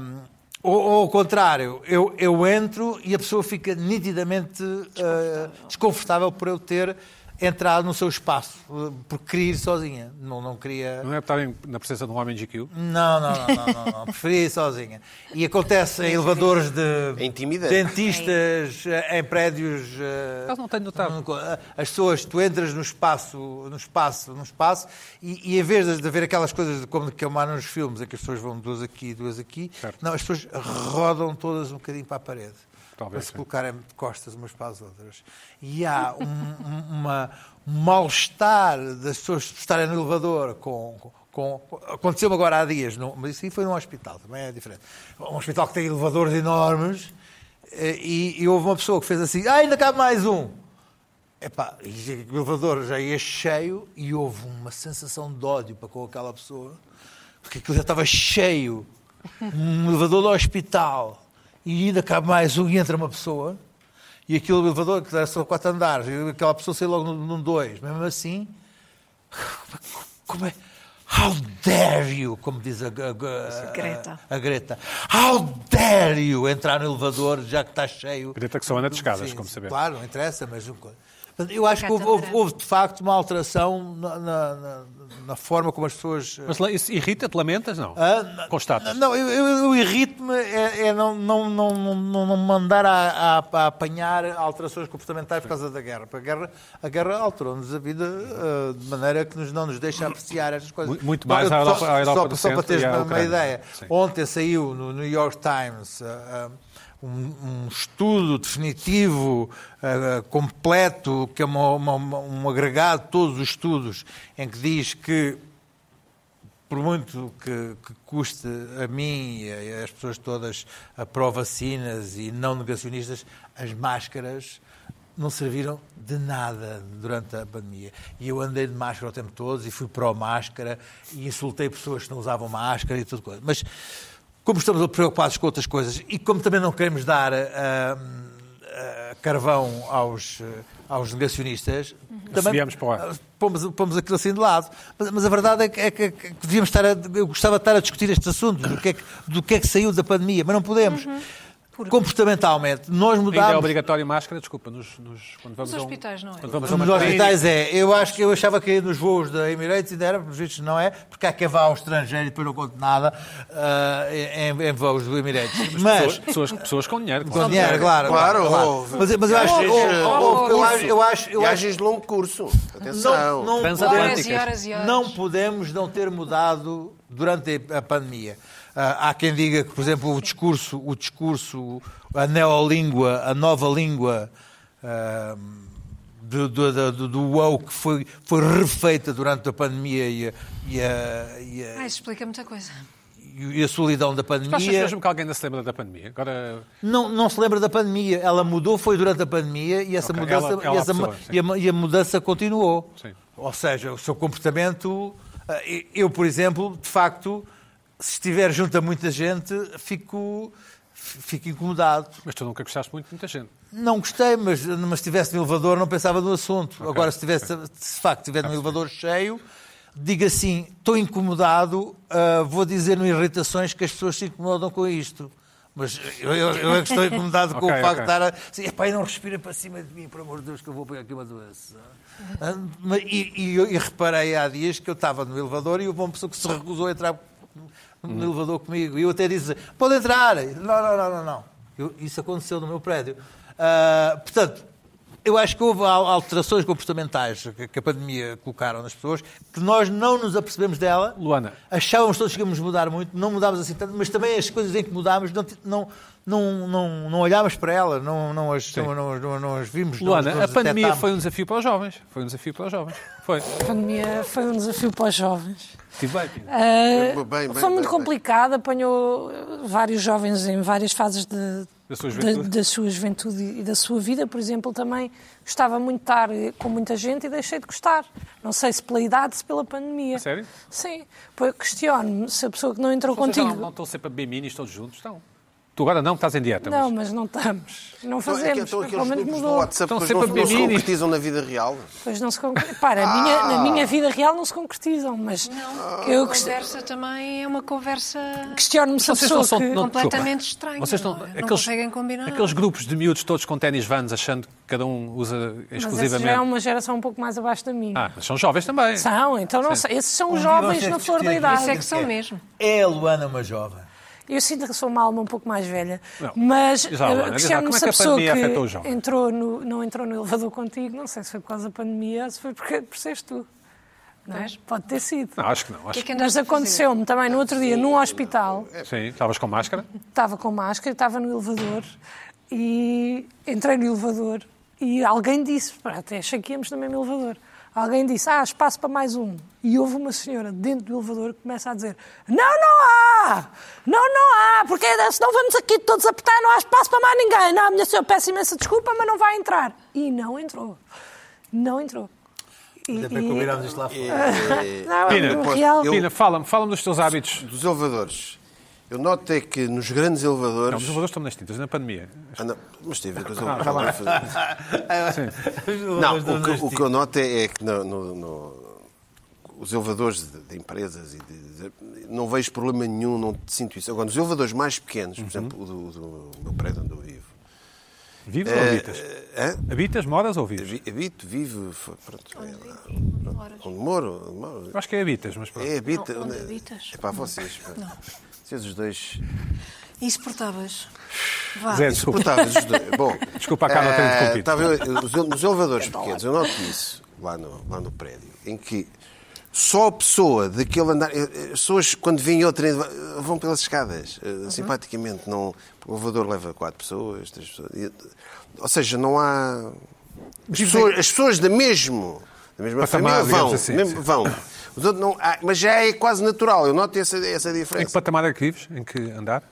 Speaker 5: ou, ou ao contrário, eu, eu entro e a pessoa fica nitidamente ah, desconfortável por eu ter entrado no seu espaço, ah, porque queria ir sozinha. Não, não queria.
Speaker 1: Não é por estarem na presença de um homem GQ?
Speaker 5: Não, não, não, não, não, não. preferia ir sozinha. E acontece em elevadores de
Speaker 2: É intimidante.
Speaker 5: dentistas, eh, em prédios. eh,
Speaker 1: Eu não tenho notado.
Speaker 5: não- As pessoas, tu entras no espaço, no espaço, no espaço, e, e em vez de de haver aquelas coisas de como que há nos filmes, em que as pessoas vão duas aqui e duas aqui,
Speaker 1: Certo.
Speaker 5: não, as pessoas rodam todas um bocadinho para a parede.
Speaker 1: Talvez,
Speaker 5: para se
Speaker 1: sim.
Speaker 5: colocarem de costas umas para as outras. E há um, um- uma, um mal-estar das pessoas estarem no elevador com. com com- aconteceu-me agora há dias, num- mas isso aí foi num hospital, também é diferente. Um hospital que tem elevadores enormes eh, e, e houve uma pessoa que fez assim: ah, ainda cabe mais um. Epá, e o elevador já ia cheio e houve uma sensação de ódio para com aquela pessoa, porque aquilo já estava cheio. Um elevador do hospital e ainda cabe mais um e entra uma pessoa. E aquele elevador que era só quatro andares, e aquela pessoa saiu logo num num dois. Mesmo assim, como é? How dare you, como diz a, a- a-
Speaker 4: Greta.
Speaker 5: a Greta. How dare you entrar no elevador já que está cheio.
Speaker 6: Greta que só anda de escadas,
Speaker 5: Sim,
Speaker 6: como sabemos.
Speaker 5: Claro, não interessa, mas uma coisa. Portanto, Eu acho que houve,
Speaker 4: Gata
Speaker 5: houve-
Speaker 4: branca.
Speaker 5: houve, de facto uma alteração na, na- na- na forma como as pessoas. eh,
Speaker 1: Mas la- isso irrita-te, lamentas? Não.
Speaker 5: Ah, n-
Speaker 1: Constatas.
Speaker 5: Não, eu, eu, eu irrito-me é, é não, não, não, não, não mandar a, a- a apanhar alterações comportamentais por causa da guerra. Porque a guerra, a guerra alterou-nos a vida ah, de maneira que nos, não nos deixa apreciar estas coisas.
Speaker 1: Mu- muito
Speaker 5: Não,
Speaker 1: mais
Speaker 5: eu-
Speaker 1: à Europa-
Speaker 5: só,
Speaker 1: à Europa
Speaker 5: só-
Speaker 1: do
Speaker 5: só para
Speaker 1: Centro
Speaker 5: teres
Speaker 1: e à
Speaker 5: uma, uma
Speaker 1: Ucrânia.
Speaker 5: ideia,
Speaker 1: Sim.
Speaker 5: ontem saiu no New York Times ah, ah, um, um estudo definitivo, ah, ah, completo, que é uma- uma- uma- um agregado de todos os estudos, em que diz que por muito que, que custe a mim e a- e às pessoas todas a pró-vacinas e não negacionistas, as máscaras não serviram de nada durante a pandemia. E eu andei de máscara o tempo todo e fui pró-máscara e insultei pessoas que não usavam máscara e tudo coisa. Mas como estamos preocupados com outras coisas e como também não queremos dar ah, ah, carvão aos, ah, aos negacionistas,
Speaker 1: Uhum.
Speaker 5: também
Speaker 6: Assobiamos para o
Speaker 1: Ah,
Speaker 6: ar.
Speaker 5: Ah, pomos, pomos aquilo assim de lado. Mas, mas a verdade é que, é que- que devíamos estar a, eu gostava de estar a discutir estes assuntos, do que é que, do que, é que saiu da pandemia, mas não podemos. Comportamentalmente, nós
Speaker 1: Ainda é
Speaker 5: mudámos.
Speaker 1: obrigatório máscara, desculpa, nos, nos- quando vamos
Speaker 4: Nos
Speaker 1: a um-
Speaker 4: hospitais, não é?
Speaker 1: Quando vamos a uma
Speaker 5: Nos
Speaker 1: clínica-
Speaker 5: hospitais é, eu acho que eu achava que nos voos da Emirates ainda era, pelos vistos não é, porque há quem vá ao estrangeiro e depois não conto nada ah, em, em voos do Emirates. Mas,
Speaker 1: Pessoas, pessoas, pessoas com dinheiro.
Speaker 5: com dinheiro, claro.
Speaker 2: Claro,
Speaker 5: Mas, mas eu acho,
Speaker 2: Viagens,
Speaker 5: oh, oh, oh, eu acho, eu acho, eu acho
Speaker 2: Viagens de longo curso.
Speaker 5: não,
Speaker 2: Atenção.
Speaker 5: não
Speaker 4: Horas
Speaker 1: Transatlânticas.
Speaker 4: e horas e horas.
Speaker 5: Não podemos não ter mudado durante a pandemia. Ah, há quem diga que, por exemplo, o discurso, o discurso, a neolíngua, a nova língua ah, do, do, do, do- do woke foi, foi refeita durante a pandemia e a, e a- e a-
Speaker 4: Ah, isso explica muita coisa.
Speaker 5: e a solidão da
Speaker 1: Tu achas
Speaker 5: pandemia.
Speaker 1: mesmo que alguém ainda se lembra da pandemia? Agora,
Speaker 5: Não, não se lembra da pandemia. Ela mudou, foi durante a pandemia e essa
Speaker 1: Ok,
Speaker 5: mudança
Speaker 1: ela- ela
Speaker 5: e, essa mu-
Speaker 1: pessoa, sim.
Speaker 5: e a, mu- e a mudança continuou.
Speaker 1: Sim.
Speaker 5: Ou seja, o seu comportamento. ah, e- Eu, por exemplo, de facto, se estiver junto a muita gente, fico. fico incomodado.
Speaker 1: Mas tu nunca gostaste muito de muita gente.
Speaker 5: Não gostei, mas, mas se estivesse no elevador não pensava no assunto. Agora, se tivesse, se de facto estiver no elevador cheio, diga assim, estou incomodado, ah, vou dizer no Irritações que as pessoas se incomodam com isto. Mas eu, eu, eu é que estou incomodado com
Speaker 1: Ok,
Speaker 5: o facto
Speaker 1: ok.
Speaker 5: de estar a... Assim, Epá, e não respira para cima de mim, por amor de Deus, que eu vou pegar aqui uma doença. Ah, mas- E, e eu- e reparei há dias que eu estava no elevador e houve uma pessoa que se recusou a entrar no elevador comigo. E eu até disse, pode entrar. Não, não, não, não, não. Eu- isso aconteceu no meu prédio. Ah, portanto, eu acho que houve al- alterações comportamentais que- que a pandemia colocaram nas pessoas que nós não nos apercebemos dela.
Speaker 1: Luana.
Speaker 5: Achávamos todos que íamos mudar muito, não mudámos assim tanto, mas também as coisas em que mudámos não, ti- não, não, não, não olhámos para ela, não, não, as, não, não- não- não as vimos. não- não
Speaker 1: Luana, a
Speaker 5: as
Speaker 1: pandemia
Speaker 5: detectámos.
Speaker 1: foi um desafio para os jovens. Foi um desafio para os jovens. Foi.
Speaker 3: A pandemia foi um desafio para os jovens.
Speaker 1: Estive bem, Pina.
Speaker 3: Ah,
Speaker 2: Bem, bem,
Speaker 3: foi
Speaker 2: bem,
Speaker 3: muito
Speaker 2: bem.
Speaker 3: complicado, apanhou eh, vários jovens em várias fases de,
Speaker 1: Da sua
Speaker 3: de-
Speaker 1: juventude.
Speaker 3: da sua juventude e da sua vida. Por exemplo, também gostava muito de estar eh, com muita gente e deixei de gostar. Não sei se pela idade, se pela pandemia.
Speaker 1: A sério?
Speaker 3: Sim. Pois questiono-me se a pessoa que não entrou
Speaker 1: Vocês
Speaker 3: contigo.
Speaker 1: Não, não estão sempre a beber minis todos juntos? Estão. Tu agora não, estás em dieta.
Speaker 3: Não,
Speaker 1: mas-
Speaker 3: mas não estamos.
Speaker 2: Então,
Speaker 3: Não
Speaker 2: é que
Speaker 3: fazemos.
Speaker 2: estão
Speaker 3: mas pelo
Speaker 2: aqueles
Speaker 3: menos
Speaker 2: grupos do
Speaker 3: mudou.
Speaker 2: WhatsApp
Speaker 1: Estão
Speaker 2: que
Speaker 1: sempre
Speaker 2: não,
Speaker 1: a
Speaker 2: não se
Speaker 1: meninos.
Speaker 2: concretizam na vida
Speaker 1: *laughs*
Speaker 2: real.
Speaker 3: Pois não se concre- Para, a minha-
Speaker 2: Ah!
Speaker 3: na minha vida real não se concretizam, mas eu
Speaker 4: A
Speaker 3: quest-
Speaker 4: conversa também é uma conversa
Speaker 3: questiono-me se a
Speaker 1: Vocês não são
Speaker 3: pessoa que...
Speaker 1: não, desculpa.
Speaker 4: completamente estranha.
Speaker 1: Vocês não,
Speaker 4: não, é? Não
Speaker 1: aqueles,
Speaker 4: conseguem combinar.
Speaker 1: Aqueles grupos de miúdos todos com ténis vans, achando que cada um usa
Speaker 3: Mas essa já é
Speaker 1: exclusivamente.
Speaker 3: uma geração um pouco mais abaixo da minha.
Speaker 1: Ah, Um mas são jovens também.
Speaker 3: São, então não sei. Esses são os jovens na flor da
Speaker 4: Isso é
Speaker 3: idade.
Speaker 4: que são mesmo.
Speaker 5: É a Luana uma jovem.
Speaker 3: Eu sinto que sou uma alma um pouco mais velha.
Speaker 1: Não.
Speaker 3: Mas
Speaker 1: Diz lá, Luana,
Speaker 3: eh,
Speaker 1: diz lá,
Speaker 3: questiono-me
Speaker 1: como é
Speaker 3: se
Speaker 1: que
Speaker 3: a
Speaker 1: a
Speaker 3: pessoa
Speaker 1: pandemia afetou os
Speaker 3: que
Speaker 1: jovens?
Speaker 3: entrou no, não entrou no elevador contigo, não sei se foi por causa da pandemia ou se foi porque apareceste tu. Não é?
Speaker 4: Pois.
Speaker 3: Pode ter sido.
Speaker 1: Não, acho que não.
Speaker 4: O que
Speaker 1: Acho
Speaker 4: é que
Speaker 3: Mas
Speaker 4: andaste a fazer?
Speaker 3: aconteceu-me também no outro dia, num hospital.
Speaker 1: que sim. Estavas com máscara?
Speaker 3: Estava com máscara, estava no elevador e entrei no elevador e alguém disse, pá, até achei que íamos no mesmo elevador, alguém disse, ah, espaço para mais um. E houve uma senhora dentro do elevador que começa a dizer, não, não há, não, não há, porque senão vamos aqui todos apertar, não há espaço para mais ninguém. Não, minha senhora, peço imensa desculpa, mas não vai entrar. E não entrou, não entrou. E,
Speaker 5: Ainda bem que combinámos isto lá
Speaker 2: É.
Speaker 5: fora.
Speaker 3: não,
Speaker 1: Pina,
Speaker 3: é um real...
Speaker 2: Eu-
Speaker 1: Pina, fala-me fala dos teus hábitos.
Speaker 2: Eh, Dos elevadores. Eu noto é que nos grandes
Speaker 1: Não, os
Speaker 2: elevadores.
Speaker 1: elevadores estão nas tintas, na pandemia.
Speaker 2: Ah, não, mas tem a ver com os elevadores.
Speaker 1: tá
Speaker 2: Não,
Speaker 5: Não,
Speaker 2: o que, o que eu noto é, é que no- no- no- os elevadores de, de empresas e de- de- não vejo problema nenhum, não sinto isso. Agora, nos elevadores mais pequenos,
Speaker 1: Uhum.
Speaker 2: por exemplo, o do, do meu prédio onde eu vivo,
Speaker 1: Vives ou habitas?
Speaker 2: Eh, hã?
Speaker 1: Habitas, moras ou vives?
Speaker 2: vi- habito, vivo, f- pronto, é lá, pronto, onde moro, onde moro.
Speaker 1: Eu acho que é habitas, mas pronto.
Speaker 2: É, habita.
Speaker 4: Não, onde
Speaker 2: onde-
Speaker 4: habitas?
Speaker 2: É para vocês. pá. Vocês os dois.
Speaker 4: E suportavas?
Speaker 2: Eh,
Speaker 4: Vá.
Speaker 1: Zé, desculpa.
Speaker 2: Portáveis, os dois. Bom,
Speaker 1: Desculpa, a Carla tem
Speaker 2: eh,
Speaker 1: interrompido.
Speaker 2: estava eu- os el- Nos
Speaker 4: É
Speaker 2: elevadores pequenos, eu noto isso lá no, lá no prédio, em que só a pessoa daquele andar. eh, eh, Pessoas, quando vêm outra, eh, vão pelas escadas, eh,
Speaker 4: Uhum.
Speaker 2: simpaticamente. Não, o elevador leva quatro pessoas, três pessoas. e- Ou seja, não há. As pessoas, as pessoas da mesmo. Da mesma
Speaker 1: Patamar,
Speaker 2: família
Speaker 1: digamos
Speaker 2: vão.
Speaker 1: assim,
Speaker 2: mesmo-
Speaker 1: sim.
Speaker 2: vão. Os outros não, há- mas já é quase natural, eu noto essa, essa
Speaker 1: Em que
Speaker 2: diferença.
Speaker 1: patamar é que vives? Em que andar?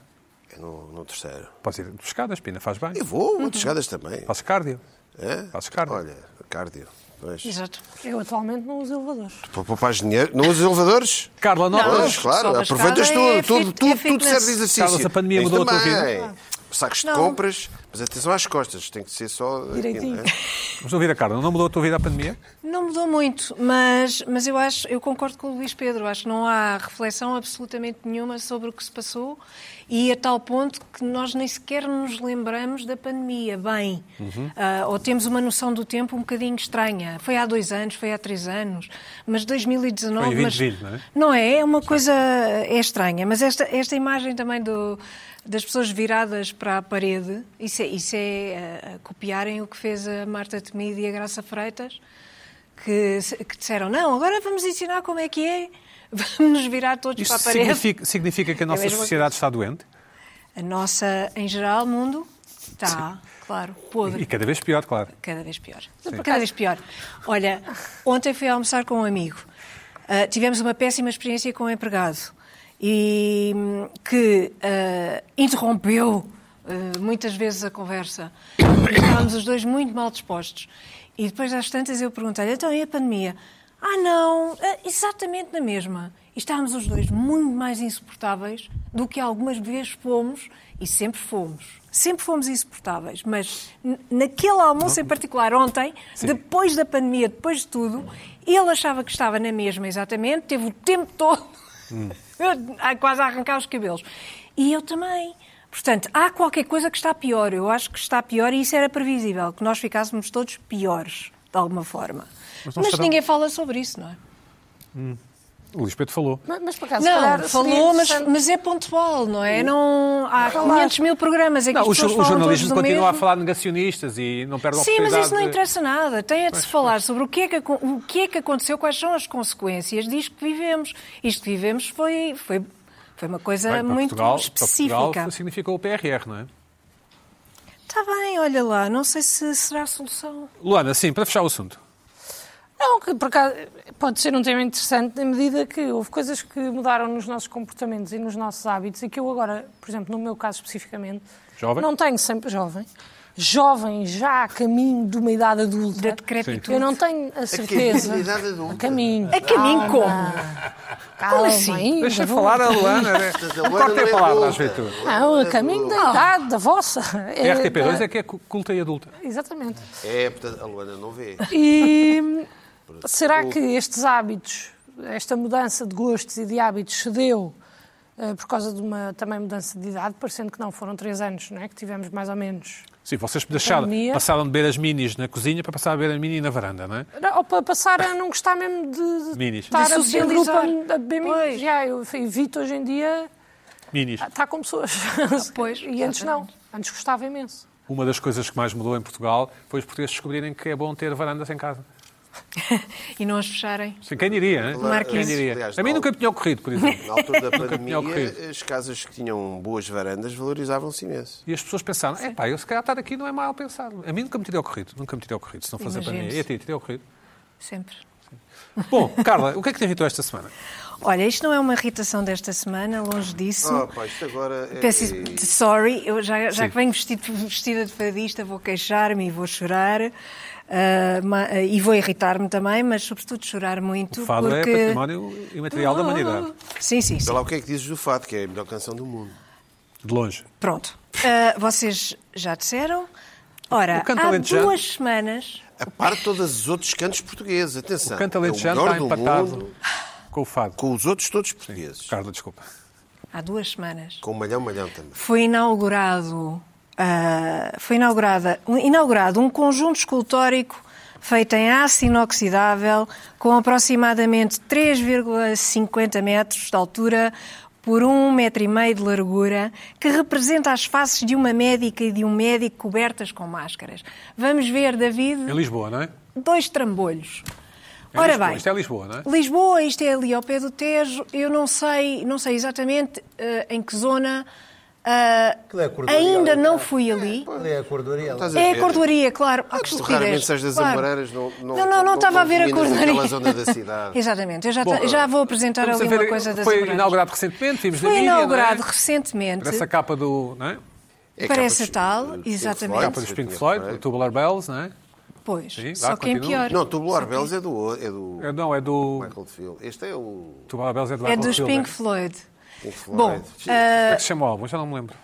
Speaker 2: É no, no terceiro.
Speaker 1: Podes ir de escadas, Pina, faz bem.
Speaker 2: Eu vou, outras escadas também.
Speaker 1: Fazes cardio.
Speaker 2: É?
Speaker 1: Fazes Uhum. cardio.
Speaker 2: Olha, cardio. Pois.
Speaker 4: Exato.
Speaker 3: Eu atualmente não uso elevadores.
Speaker 2: Para poupar dinheiro, não usas elevadores?
Speaker 1: Carla,
Speaker 4: Não.
Speaker 1: notas?
Speaker 2: Pois, claro,
Speaker 4: só a
Speaker 2: aproveitas
Speaker 4: escada
Speaker 2: tudo,
Speaker 4: é
Speaker 2: tudo,
Speaker 4: fit-
Speaker 2: tudo,
Speaker 4: é
Speaker 2: tudo
Speaker 4: fitness.
Speaker 2: serve de exercício.
Speaker 1: Carla, se a pandemia
Speaker 2: Tens
Speaker 1: mudou a tua
Speaker 2: também Sacos de
Speaker 4: Não.
Speaker 2: compras, mas atenção às costas, tem que ser só. aqui, *laughs*
Speaker 3: Direitinho.
Speaker 2: não é?
Speaker 1: Vamos ouvir a Carla. Não mudou a tua vida a pandemia?
Speaker 4: Não mudou muito, mas, mas eu acho, eu concordo com o Luís Pedro, acho que não há reflexão absolutamente nenhuma sobre o que se passou e a tal ponto que nós nem sequer nos lembramos da pandemia bem,
Speaker 1: Uhum.
Speaker 4: Ah, ou temos uma noção do tempo um bocadinho estranha. Foi há dois anos, foi há três anos, mas 2019...
Speaker 1: Foi em
Speaker 4: mas-
Speaker 1: 2020, não é?
Speaker 4: não é? É uma coisa é estranha, mas esta, esta imagem também do- das pessoas viradas para a parede, isso é, isso é, eh, copiarem o que fez a Marta Temido e a Graça Freitas, que, se- que disseram, não, agora vamos ensinar como é que é, *laughs* vamos nos virar todos
Speaker 1: Isto
Speaker 4: para a parede.
Speaker 1: significa, significa que a nossa
Speaker 4: mesma
Speaker 1: sociedade está doente?
Speaker 4: A nossa, em geral, mundo está, claro, podre.
Speaker 1: E cada vez pior, claro.
Speaker 4: Cada vez pior. Cada vez pior. Olha, ontem fui almoçar com um amigo. Ah, tivemos uma péssima experiência com um empregado e hum, que ah, interrompeu ah, muitas vezes a conversa. E estávamos os dois muito mal dispostos. E depois, às tantas, eu perguntei-lhe: então e a pandemia? Ah, não, ah, é exatamente na mesma. e estávamos os dois muito mais insuportáveis do que algumas vezes fomos e sempre fomos. Sempre fomos insuportáveis, mas n- naquele almoço em particular, ontem, depois da pandemia, depois de tudo, ele achava que estava na mesma exatamente, teve o tempo todo a- Hum. quase a arrancar os cabelos. E eu também. Portanto, há qualquer coisa que está pior. Eu acho que está pior e isso era previsível, que nós ficássemos todos piores, de alguma forma. Mas,
Speaker 6: não será-
Speaker 4: ninguém fala sobre isso, não é?
Speaker 6: O Luís Pedro falou.
Speaker 3: Mas, mas por acaso, se calhar,
Speaker 4: Não,
Speaker 3: seria
Speaker 4: falou, mas,
Speaker 3: interessante-
Speaker 4: mas é pontual, não é? Não, há 500 mil programas, é que
Speaker 1: Não,
Speaker 4: as
Speaker 1: o, jo-
Speaker 4: pessoas
Speaker 1: o
Speaker 4: falam
Speaker 1: jornalismo
Speaker 4: todos do
Speaker 1: continua a
Speaker 4: mesmo.
Speaker 1: falar de negacionistas e não perde a
Speaker 4: Sim, mas
Speaker 1: oportunidade.
Speaker 4: isso não
Speaker 1: de-
Speaker 4: interessa nada. Tem é de se falar sobre o que é que, acon- o que é que aconteceu, quais são as consequências disto que vivemos. Isto que vivemos foi, foi, foi uma coisa
Speaker 1: Bem, para
Speaker 4: É muito
Speaker 1: Portugal,
Speaker 4: específica.
Speaker 1: Para Portugal significou o PRR, não é?
Speaker 4: Está Tá bem, olha lá, não sei se será a solução.
Speaker 1: Luana, sim, para fechar o assunto.
Speaker 3: Não, que por acaso pode ser um tema interessante na medida que houve coisas que mudaram nos nossos comportamentos e nos nossos hábitos e que eu agora, por exemplo, no meu caso especificamente,
Speaker 1: Jovem?
Speaker 3: não tenho sempre jovem, jovem já a caminho de uma idade adulta.
Speaker 4: Da decrépitude.
Speaker 3: Eu não tenho a certeza.
Speaker 2: idade adulta.
Speaker 3: A caminho.
Speaker 4: A caminho como?
Speaker 3: Calma,
Speaker 4: É Como assim?
Speaker 3: ainda
Speaker 1: Deixa
Speaker 3: vou-
Speaker 1: falar a Luana. né?
Speaker 2: *laughs* Mas a
Speaker 1: Não
Speaker 2: Luana
Speaker 1: cortei
Speaker 2: não é
Speaker 1: palavras,
Speaker 2: adulta.
Speaker 1: Vitor.
Speaker 3: Não, a caminho
Speaker 1: Ah.
Speaker 3: da idade,
Speaker 1: *laughs*
Speaker 3: da vossa. É,
Speaker 1: RTP2
Speaker 3: da-
Speaker 1: é que é cu- culta e adulta.
Speaker 3: Exatamente.
Speaker 2: É, portanto, a Luana não vê.
Speaker 3: E será que estes hábitos, esta mudança de gostos e de hábitos se deu eh, por causa de uma também mudança de idade, parecendo que não, foram três anos, não é? Que tivemos mais ou menos.
Speaker 1: Sim, vocês deixaram,
Speaker 3: Pandemia.
Speaker 1: passaram de beber as minis na cozinha para passar a beber a mini na varanda, não é?
Speaker 3: Não, Ou para passar a não gostar mesmo de, de
Speaker 1: Minis.
Speaker 3: estar
Speaker 4: De
Speaker 3: a beber em grupo é um- a,
Speaker 4: socializar.
Speaker 3: a beber minis.
Speaker 4: Pois.
Speaker 3: Já, eu evito hoje em dia
Speaker 1: Minis.
Speaker 4: Ah.
Speaker 3: estar com pessoas. Ah,
Speaker 4: pois,
Speaker 3: *laughs* e antes não. Antes gostava imenso.
Speaker 1: Uma das coisas que mais mudou em Portugal foi os portugueses descobrirem que é bom ter varandas em casa.
Speaker 4: E não as fecharem.
Speaker 1: Sim, quem diria, hein?
Speaker 4: Marquinhos.
Speaker 1: Quem diria?
Speaker 2: Aliás,
Speaker 1: A mim
Speaker 2: não-
Speaker 1: nunca me tinha ocorrido,
Speaker 4: *laughs*
Speaker 1: por exemplo.
Speaker 2: Na altura
Speaker 1: *laughs*
Speaker 2: da
Speaker 1: tinha ocorrido.
Speaker 2: pandemia, as casas que tinham boas varandas valorizavam-se imenso.
Speaker 1: E as pessoas pensaram, é pá, eu se calhar estar aqui não é mal pensado. A mim nunca me teria ocorrido, nunca me teria ocorrido, se não fosse a
Speaker 4: Imagino.
Speaker 1: pandemia. E a ti, teria ocorrido.
Speaker 4: Sempre.
Speaker 1: Bom,
Speaker 4: *laughs*
Speaker 1: Carla, o que é que te irritou esta semana?
Speaker 4: Olha, isto não é uma irritação desta semana, longe disso.
Speaker 2: Oh, pá, isto agora é...
Speaker 4: Peço is- sorry, eu
Speaker 1: Ah,
Speaker 4: já, já
Speaker 1: eh, Sim.
Speaker 4: que venho vestido- vestida de fadista, vou queixar-me e vou chorar. ah, ma- ah, e vou irritar-me também, mas sobretudo chorar muito.
Speaker 1: O fado
Speaker 4: porque...
Speaker 1: é património imaterial da
Speaker 4: *laughs*
Speaker 1: humanidade.
Speaker 4: Sim, sim, sim.
Speaker 2: Sei lá o que é que dizes do Fado, que é a melhor canção do mundo.
Speaker 1: De longe.
Speaker 4: Pronto. Ah, vocês já disseram? Ora,
Speaker 1: O canto
Speaker 4: há
Speaker 1: alentejano.
Speaker 4: duas semanas.
Speaker 2: A par de todos os outros cantos portugueses, atenção.
Speaker 1: O canto
Speaker 2: é
Speaker 1: alentejano
Speaker 2: o
Speaker 1: está
Speaker 2: melhor do
Speaker 1: empatado
Speaker 2: mundo
Speaker 1: com o fado.
Speaker 2: com os outros todos portugueses.
Speaker 1: Carla, desculpa.
Speaker 4: Há duas semanas.
Speaker 2: Com o Malhão Malhão também.
Speaker 4: foi inaugurado ah, foi inaugurada, um- inaugurado um conjunto escultórico feito em aço inoxidável com aproximadamente 3,50 metros de altura por um metro e meio de largura, que representa as faces de uma médica e de um médico cobertas com máscaras. Vamos ver, David,
Speaker 1: Em Lisboa, não é?
Speaker 4: dois trambolhos.
Speaker 1: É
Speaker 4: Hum. Ora
Speaker 1: Lisboa,
Speaker 4: bem,
Speaker 1: isto é Lisboa, não é?
Speaker 4: Lisboa, isto é ali ao pé do Tejo. Eu não sei, não sei exatamente eh, em que zona. eh,
Speaker 5: Aquilo é a cordoaria
Speaker 4: ainda
Speaker 5: ali,
Speaker 4: não
Speaker 5: não é?
Speaker 4: fui ali.
Speaker 5: Ali é a cordoaria.
Speaker 2: Estás a
Speaker 4: É a
Speaker 2: ver?
Speaker 4: cordoaria, claro. Ah,
Speaker 2: Ah,
Speaker 4: que
Speaker 2: tu
Speaker 4: estupidez.
Speaker 2: raramente sais das
Speaker 4: claro.
Speaker 2: Amoreiras, não- não-
Speaker 4: não, não,
Speaker 2: não-
Speaker 4: estava a
Speaker 2: não
Speaker 4: ver a
Speaker 2: dominas aquela
Speaker 4: cordoaria.
Speaker 2: zona da cidade.
Speaker 4: *laughs* Exatamente, eu já, ta-
Speaker 1: Bom,
Speaker 4: já vou apresentar
Speaker 1: Estamos
Speaker 4: ali
Speaker 1: a ver-
Speaker 4: uma coisa das
Speaker 1: Foi
Speaker 4: Amoreiras.
Speaker 1: inaugurado recentemente, vimos na
Speaker 4: Foi
Speaker 1: mídia, não é?
Speaker 4: inaugurado recentemente.
Speaker 1: Essa capa do, não é?
Speaker 2: É
Speaker 4: Parece
Speaker 2: capa dos-
Speaker 4: tal,
Speaker 2: do Pink Floyd,
Speaker 4: exatamente.
Speaker 1: Capa dos
Speaker 2: eu
Speaker 1: Pink
Speaker 2: tinha
Speaker 1: Floyd,
Speaker 2: reparado.
Speaker 1: o Tubular Bells, não é?
Speaker 4: Pois,
Speaker 1: Sim, vá,
Speaker 4: só que é
Speaker 1: continua.
Speaker 4: pior.
Speaker 2: Não, Tubular Bells é do, é do
Speaker 1: É, Não, é do...
Speaker 2: Michael Field. Este é o
Speaker 1: Tubular Bells é do
Speaker 4: É
Speaker 1: Michael
Speaker 4: dos
Speaker 1: Fielder.
Speaker 4: Pink Floyd.
Speaker 2: Pink Floyd.
Speaker 4: Bom, ah,
Speaker 1: Como é que se chama o álbum? Já não me lembro.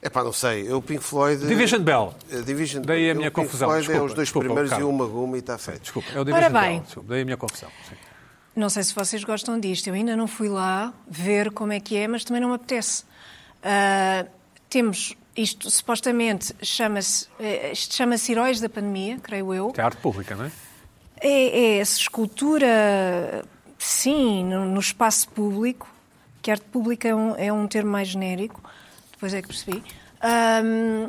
Speaker 2: É pá, não sei. Eu, Pink Floyd...
Speaker 1: Division Bell.
Speaker 2: eh, Division
Speaker 1: Daí a
Speaker 2: eu,
Speaker 1: minha
Speaker 2: Pink
Speaker 1: confusão,
Speaker 2: Floyd é
Speaker 1: desculpa,
Speaker 2: os dois
Speaker 1: desculpa,
Speaker 2: primeiros e
Speaker 1: Carlos.
Speaker 2: uma goma e está feito.
Speaker 1: Desculpa, é o Division
Speaker 4: bem.
Speaker 1: Bell. Desculpa, daí a minha confusão. sim.
Speaker 4: Não sei se vocês gostam disto. Eu ainda não fui lá ver como é que é, mas também não me apetece. Ah, temos isto, supostamente, chama-se eh, isto chama-se Heróis da Pandemia, creio eu.
Speaker 1: Que é arte pública, não é?
Speaker 4: É, é essa escultura, sim, no, no espaço público, que arte pública é um, é um termo mais genérico, depois é que percebi. Ahm,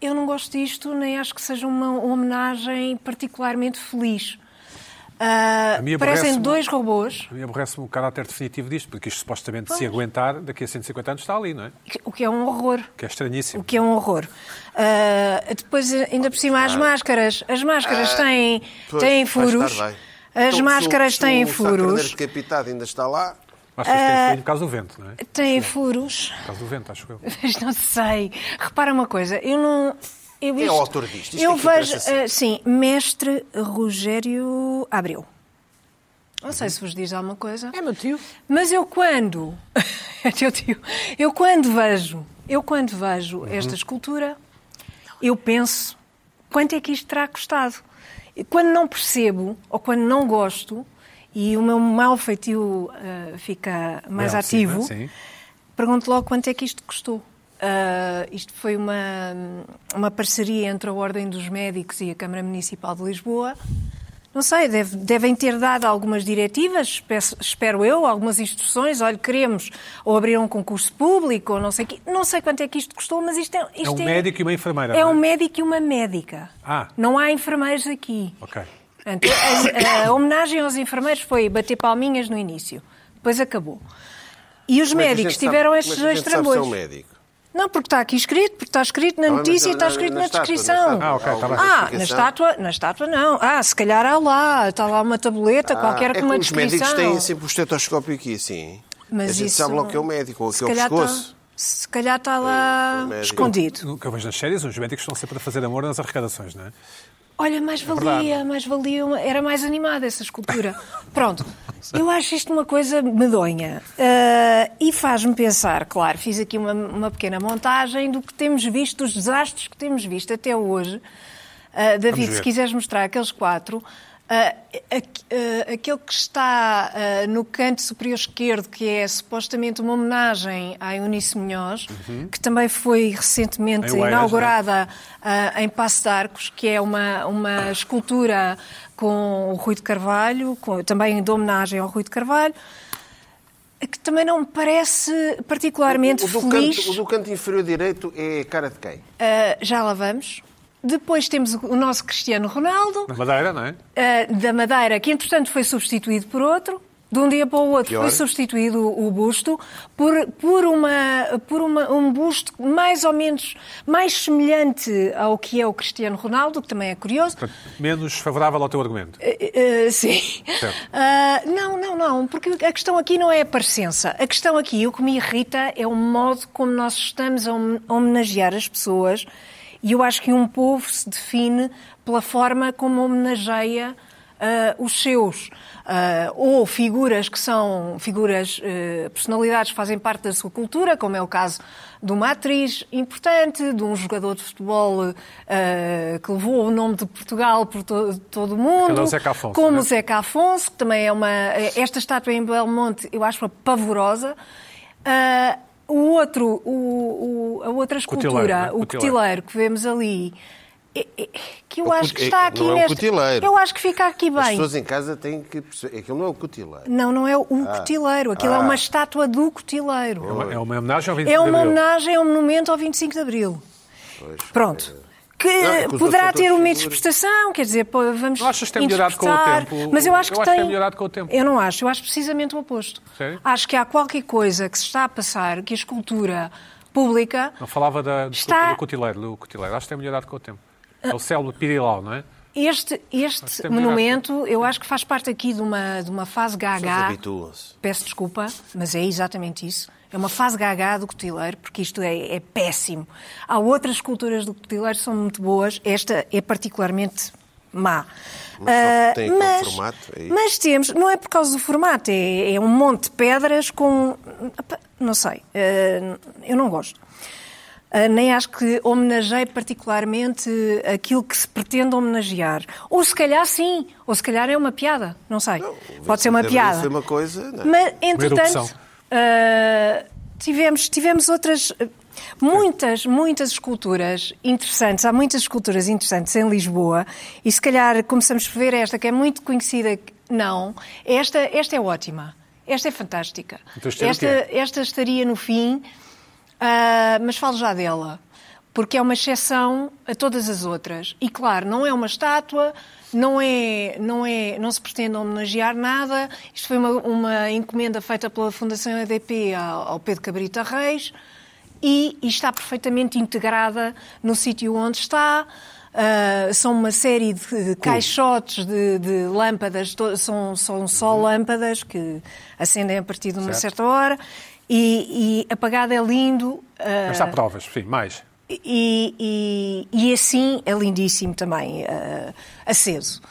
Speaker 4: eu não gosto disto, nem acho que seja uma homenagem particularmente feliz. Ah,
Speaker 1: A mim
Speaker 4: parecem
Speaker 1: aborrece-me-
Speaker 4: dois robôs,
Speaker 1: E aborrece-me o caráter definitivo disto, porque isto supostamente, se aguentar, daqui a 150 anos está ali, não é?
Speaker 4: que- o que é um horror.
Speaker 1: Que é estranhíssimo.
Speaker 4: O que é um horror. Ah, depois, ainda por cima, as máscaras. As máscaras têm,
Speaker 2: Ah. Pois,
Speaker 4: têm
Speaker 2: vai estar
Speaker 4: furos.
Speaker 2: bem.
Speaker 4: As
Speaker 2: Então, se o-
Speaker 4: máscaras
Speaker 2: se
Speaker 4: têm
Speaker 2: o Santander
Speaker 4: furos.
Speaker 2: decapitado ainda está lá.
Speaker 1: Acho que isto
Speaker 4: é-
Speaker 1: tem frio por causa do vento, não é?
Speaker 4: Têm furos, *laughs*
Speaker 1: Por causa do vento, acho eu.
Speaker 4: mas não sei. Repara uma coisa, eu não. Eu
Speaker 2: Quem é o autor disto? Isto
Speaker 4: eu
Speaker 2: é que
Speaker 4: vejo,
Speaker 2: interessa sempre.
Speaker 4: ah, sim, mestre Rogério Abreu. Não
Speaker 2: Uhum.
Speaker 4: sei se vos diz alguma coisa.
Speaker 3: É meu tio.
Speaker 4: Mas eu quando. *laughs* é teu tio. Eu quando vejo, eu quando vejo
Speaker 6: Uhum.
Speaker 4: esta escultura, eu penso quanto é que isto terá custado. E quando não percebo ou quando não gosto e o meu mau feitio ah, fica mais
Speaker 6: Lá em cima,
Speaker 4: ativo,
Speaker 6: sim.
Speaker 4: pergunto logo quanto é que isto custou. Ah, isto foi uma, uma parceria entre a Ordem dos Médicos e a Câmara Municipal de Lisboa. Não sei, deve- devem ter dado algumas diretivas, peço- espero eu, algumas instruções, olha, queremos, ou abrir um concurso público, ou não sei o quê. Não sei quanto é que isto custou, mas isto é... Isto
Speaker 6: um médico e uma enfermeira,
Speaker 4: É
Speaker 6: não é?
Speaker 4: um médico e uma médica.
Speaker 6: Ah.
Speaker 4: Não há enfermeiros aqui.
Speaker 6: Ok.
Speaker 4: Portanto, a, a homenagem aos enfermeiros foi bater palminhas no início, depois acabou. E os
Speaker 2: Como é que a
Speaker 4: médicos
Speaker 2: gente sabe-
Speaker 4: tiveram
Speaker 2: como é que
Speaker 4: estes
Speaker 2: a
Speaker 4: dois
Speaker 2: gente sabe se é um
Speaker 4: trambolhos.
Speaker 2: médico?
Speaker 4: Não, porque está aqui escrito, porque está escrito na
Speaker 2: Não, mas
Speaker 4: notícia e
Speaker 2: na-
Speaker 4: está
Speaker 2: na-
Speaker 4: escrito
Speaker 2: na
Speaker 4: na,
Speaker 2: estátua,
Speaker 4: descrição.
Speaker 2: na estátua.
Speaker 6: Ah, ok, tá bem.
Speaker 4: Ah, na
Speaker 2: Explicação.
Speaker 4: estátua, na estátua não. Ah, se calhar há lá, está lá uma tabuleta, Então, qualquer
Speaker 2: é
Speaker 4: com uma
Speaker 2: que os médicos
Speaker 4: descrição.
Speaker 2: têm sempre o estetoscópio aqui, assim. a gente sabe logo que é o médico, ou que
Speaker 4: se
Speaker 2: é o
Speaker 4: calhar tá
Speaker 2: pescoço.
Speaker 4: Está, se calhar está
Speaker 2: É, é o
Speaker 4: lá
Speaker 2: médico.
Speaker 4: escondido.
Speaker 6: O que eu vejo nas séries, os médicos estão sempre a fazer amor nas arrecadações, não é?
Speaker 4: Olha, mais valia,
Speaker 6: verdade.
Speaker 4: mais valia, uma- era mais animada essa escultura. Pronto, eu acho isto uma coisa medonha. Ah, e faz-me pensar, claro, fiz aqui uma, uma pequena montagem do que temos visto, dos desastres que temos visto até hoje. Ah, David,
Speaker 6: ver.
Speaker 4: se quiseres mostrar aqueles quatro, ah, aqu- ah, aquele que está ah, no canto superior esquerdo, que é supostamente uma homenagem à Eunice Munhoz,
Speaker 6: Uhum.
Speaker 4: que também foi recentemente
Speaker 2: é?
Speaker 6: Em Oeiras,
Speaker 4: inaugurada pintada ah, em Passo de Arcos, que é uma, uma escultura com o Rui de Carvalho, com- também de homenagem ao Rui de Carvalho, que também não me parece particularmente
Speaker 2: o, do
Speaker 4: feliz.
Speaker 2: canto, o do canto inferior direito é cara de quem?
Speaker 4: Ah, já lá vamos. Depois temos o- o nosso Cristiano Ronaldo,
Speaker 6: Na Madeira, não é?
Speaker 4: ah, da Madeira, que entretanto foi substituído por outro. De um dia para o outro
Speaker 2: Pior.
Speaker 4: foi substituído o o busto por, por, uma, por uma- um busto mais ou menos mais semelhante ao que é o Cristiano Ronaldo, que também é curioso.
Speaker 6: Portanto, menos favorável ao teu argumento.
Speaker 4: Eh, eh, sim.
Speaker 6: Certo.
Speaker 4: Ah, não, não, não, porque a questão aqui não é a parecença. A questão aqui, o que me irrita, é o modo como nós estamos a hom- a homenagear as pessoas. E eu acho que um povo se define pela forma como homenageia ah, os seus. Ah, ou figuras que são figuras, eh, personalidades que fazem parte da sua cultura, como é o caso de uma atriz importante, de um jogador de futebol eh, que levou o nome de Portugal por to- todo o mundo
Speaker 6: Aquela é o
Speaker 4: mundo,
Speaker 6: Zeca Afonso,
Speaker 4: como
Speaker 6: né?
Speaker 4: o Zeca Afonso, que também é uma. Esta estátua em Belmonte eu acho-a pavorosa. Ah, o outro, o, o- a outra escultura,
Speaker 6: Cutileiro, né?
Speaker 4: o
Speaker 6: Cutileiro.
Speaker 4: cutileiro que vemos ali, é- é- que eu
Speaker 2: O
Speaker 4: acho
Speaker 2: cut-
Speaker 4: que está
Speaker 2: é-
Speaker 4: aqui
Speaker 2: não é um
Speaker 4: neste.
Speaker 2: cutileiro.
Speaker 4: eu acho que fica aqui
Speaker 2: As
Speaker 4: bem.
Speaker 2: pessoas em casa têm que perceber. Aquilo não é o cutileiro.
Speaker 4: Não, não é o cutileiro, aquilo é
Speaker 2: Ah.
Speaker 4: uma estátua do cutileiro.
Speaker 6: É uma, é uma homenagem ao 25
Speaker 4: É
Speaker 6: de
Speaker 4: uma
Speaker 6: Abril.
Speaker 4: homenagem, é um monumento ao 25 de Abril. Pronto. Que
Speaker 2: Não, é que os
Speaker 4: poderá
Speaker 2: outros
Speaker 4: ter
Speaker 2: são
Speaker 4: uma
Speaker 2: todos
Speaker 4: interpretação, quer dizer, pô, vamos
Speaker 6: Não achas que tem melhorado com o
Speaker 4: interpretar,
Speaker 6: tempo?
Speaker 4: Mas eu acho
Speaker 6: Eu
Speaker 4: que
Speaker 6: acho que
Speaker 4: tem...
Speaker 6: tem melhorado com o tempo.
Speaker 4: Eu não acho, eu acho precisamente o oposto.
Speaker 6: Sério?
Speaker 4: Acho que há qualquer coisa que se está a passar, que a escultura pública...
Speaker 6: Não falava da, do,
Speaker 4: Está-
Speaker 6: do cutileiro, do cutileiro. Acho que tem melhorado com o tempo. É o célebre Pirilau, não é?
Speaker 4: Este,
Speaker 6: Acho que
Speaker 4: este
Speaker 6: tem melhorado.
Speaker 4: monumento, eu acho que faz parte aqui de uma, de uma
Speaker 2: As
Speaker 4: fase gaga...
Speaker 2: pessoas habituam-se.
Speaker 4: Peço desculpa, mas é exatamente isso. É uma fase gaga do cotileiro, porque isto é, é péssimo. Há outras culturas do cotileiro que são muito boas, esta é particularmente má. Ah,
Speaker 2: Mas só porque tem aquele
Speaker 4: mas-
Speaker 2: formato, é isso?
Speaker 4: mas temos, não é por causa do formato, é, é um monte de pedras com. Epá, Não sei, eh, eu não gosto. Eh, nem acho que homenageie particularmente aquilo que se pretende homenagear. Ou se calhar sim, ou se calhar é uma piada, não sei. Pode ser uma
Speaker 2: Abril
Speaker 4: piada.
Speaker 2: Foi uma coisa. Não. é?
Speaker 4: Mas,
Speaker 6: erupção.
Speaker 4: entretanto, ah, tivemos, tivemos outras. ah, Muitas, muitas esculturas interessantes. Há muitas esculturas interessantes em Lisboa. E se calhar começamos por ver esta, que é muito conhecida. que- Não. Esta, esta é ótima. Esta é fantástica.
Speaker 6: Então isto é o
Speaker 4: esta,
Speaker 6: quê?
Speaker 4: esta estaria no fim, ah, mas falo já dela, porque é uma exceção a todas as outras. E claro, não é uma estátua, não é, não é, não se pretende homenagear nada. Isto foi uma, uma encomenda feita pela Fundação EDP ao, ao Pedro Cabrita Reis e, e está perfeitamente integrada no sítio onde está. Ah, são uma série de, de caixotes de, de lâmpadas, to- são, são só lâmpadas que acendem a partir de uma certa hora e, e apagado é lindo. ah,
Speaker 6: Mas há provas, sim, mais.
Speaker 4: e, e- e assim é lindíssimo também, eh, ah, aceso.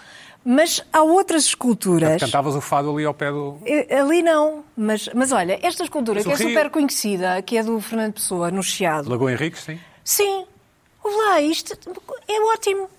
Speaker 4: Mas há outras esculturas.
Speaker 6: Cantavas o fado ali ao pé do.
Speaker 4: Eh, Ali não, mas, mas olha, esta escultura
Speaker 6: Mas
Speaker 4: que
Speaker 6: o
Speaker 4: é
Speaker 6: Rio-
Speaker 4: super conhecida, que é do Fernando Pessoa, no Chiado.
Speaker 6: Lagoa Henriques, sim.
Speaker 4: Sim, ouve lá, isto é ótimo.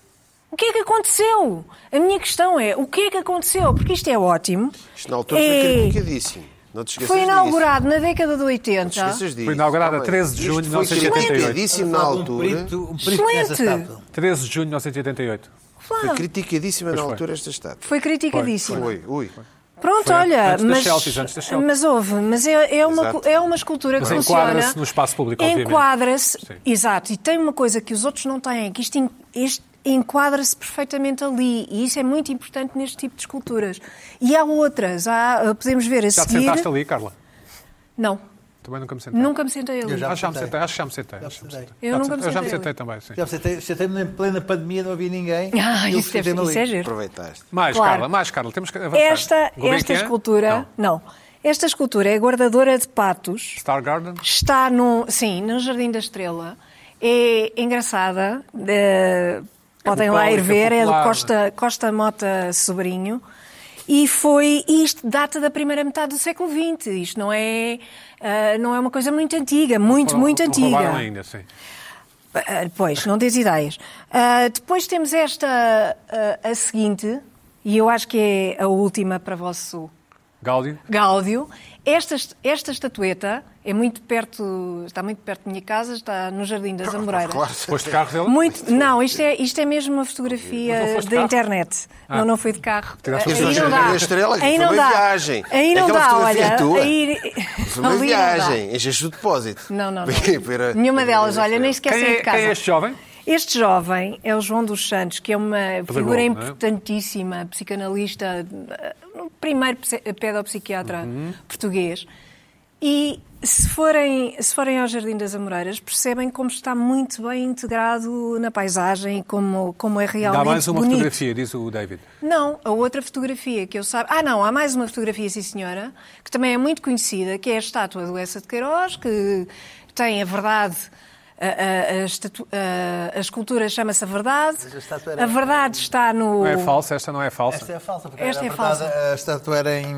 Speaker 4: O que é que aconteceu? A minha questão é, o que é que aconteceu? Porque isto é ótimo.
Speaker 2: Isto na altura
Speaker 4: É,
Speaker 2: foi criticadíssimo. Não te esqueças
Speaker 4: Foi
Speaker 2: disso.
Speaker 4: inaugurado na década de
Speaker 2: Não te
Speaker 4: 80.
Speaker 2: esqueças disso.
Speaker 6: Foi inaugurado a
Speaker 2: Calma aí.
Speaker 6: 13 de junho de
Speaker 2: Isto foi
Speaker 6: 1988.
Speaker 2: criticadíssimo na altura.
Speaker 5: Um
Speaker 4: perito nessa Excelente. estátua.
Speaker 6: 13 de junho de 1988.
Speaker 4: Claro,
Speaker 2: Foi criticadíssima na
Speaker 6: foi.
Speaker 2: altura esta estátua.
Speaker 4: foi criticadíssimo.
Speaker 2: Foi, ui.
Speaker 4: Pronto,
Speaker 6: Foi
Speaker 4: olha,
Speaker 6: antes das
Speaker 4: mas,
Speaker 6: selfies, antes das selfies.
Speaker 4: mas houve, mas é, é uma,
Speaker 2: Exato.
Speaker 4: é uma escultura que
Speaker 6: Mas
Speaker 4: funciona.
Speaker 6: enquadra-se no espaço público, obviamente.
Speaker 4: Enquadra-se,
Speaker 6: Sim.
Speaker 4: exato, e tem uma coisa que os outros não têm, que isto, en- este enquadra-se perfeitamente ali, e isso é muito importante neste tipo de esculturas. E há outras, há, eh, podemos ver a
Speaker 6: Já te
Speaker 4: seguir...
Speaker 6: sentaste ali, Carla?
Speaker 4: Não,
Speaker 6: Também nunca me sentei.
Speaker 4: nunca me sentei ali.
Speaker 5: Eu
Speaker 6: Ah,
Speaker 5: já-
Speaker 6: já me sentei, acho que já me sentei. acho que já me
Speaker 4: Eu
Speaker 6: Já
Speaker 4: nunca me
Speaker 6: Eu já me
Speaker 4: sentei
Speaker 6: sentei também, sim.
Speaker 5: Já sentei, sentei-me em plena pandemia, não havia ninguém.
Speaker 4: Ah,
Speaker 5: Eu
Speaker 4: isso, deve,
Speaker 5: sentei-me
Speaker 4: isso
Speaker 5: ali.
Speaker 4: é giro.
Speaker 2: Aproveitaste.
Speaker 6: Mais,
Speaker 4: Claro.
Speaker 6: Carla, mais, Carla. Temos é que avançar.
Speaker 4: Esta,
Speaker 6: Gulbenkian?
Speaker 4: esta escultura,
Speaker 6: Não.
Speaker 4: não. esta escultura é guardadora de patos,
Speaker 6: Star Garden?
Speaker 4: está no, sim, no Jardim da Estrela. É engraçada. eh, podem lá ir
Speaker 6: bucólica,
Speaker 4: ver, é do
Speaker 6: É popular.
Speaker 4: Costa, Costa Mota Sobrinho. E foi isto data da primeira metade do século XX. Isto não é, eh, não é uma coisa muito antiga, muito,
Speaker 6: Foram-
Speaker 4: muito antiga.
Speaker 6: Roubaram ainda, sim.
Speaker 4: Ah, Pois, não tens ideias. Ah, depois temos esta, ah, a seguinte, e eu acho que é a última para vosso
Speaker 6: Gáudio?
Speaker 4: Gáudio. Esta, esta estatueta é muito perto, está muito perto da minha casa, está no Jardim das Amoreiras.
Speaker 6: Foste de carro dele?
Speaker 4: Muito, não, isto é, isto é mesmo uma fotografia
Speaker 6: Mas não foste
Speaker 4: da
Speaker 6: de carro?
Speaker 4: internet.
Speaker 2: Ah.
Speaker 4: Não, não foi de carro. Ah,
Speaker 6: Tiraste
Speaker 2: fotos do Jardim da Estrela, que
Speaker 4: Aí
Speaker 2: foi
Speaker 4: não
Speaker 2: uma
Speaker 4: dá.
Speaker 2: viagem.
Speaker 4: Aí não
Speaker 2: Aquela
Speaker 4: dá,
Speaker 2: fotografia é
Speaker 4: olha.
Speaker 2: tua.
Speaker 4: Aí,
Speaker 2: Foi uma
Speaker 4: *laughs* ali não dá.
Speaker 2: viagem, encheste o depósito. *laughs*
Speaker 4: Não, não,
Speaker 2: Para-
Speaker 4: não.
Speaker 2: para-
Speaker 4: Nenhuma
Speaker 2: para-
Speaker 4: delas, olha, nem sequer
Speaker 6: Quem
Speaker 4: saiu
Speaker 6: é,
Speaker 4: de casa.
Speaker 6: quem é este jovem?
Speaker 4: Este jovem é o João dos Santos, que é uma
Speaker 6: Pedagogo,
Speaker 4: figura
Speaker 6: não é?
Speaker 4: importantíssima, psicanalista, eh, o primeiro pse- pedopsiquiatra
Speaker 6: Uhum.
Speaker 4: português. E se forem, se forem ao Jardim das Amoreiras, percebem como está muito bem integrado na paisagem, como, como é realmente
Speaker 6: Dá mais uma
Speaker 4: bonito.
Speaker 6: fotografia, diz o David.
Speaker 4: Não, a outra fotografia que eu saiba. Ah, não, há mais uma fotografia, sim senhora, que também é muito conhecida, que é a estátua do Essa de Queiroz, que tem a verdade. A, a- a estatu- a- a escultura chama-se A Verdade.
Speaker 5: Mas a estátua era-
Speaker 4: A Verdade está no.
Speaker 6: Não é falsa, esta não é
Speaker 5: Esta
Speaker 6: falsa.
Speaker 5: é falsa, porque
Speaker 4: Esta
Speaker 5: era
Speaker 4: é
Speaker 5: apertada,
Speaker 4: falsa.
Speaker 5: A estátua era em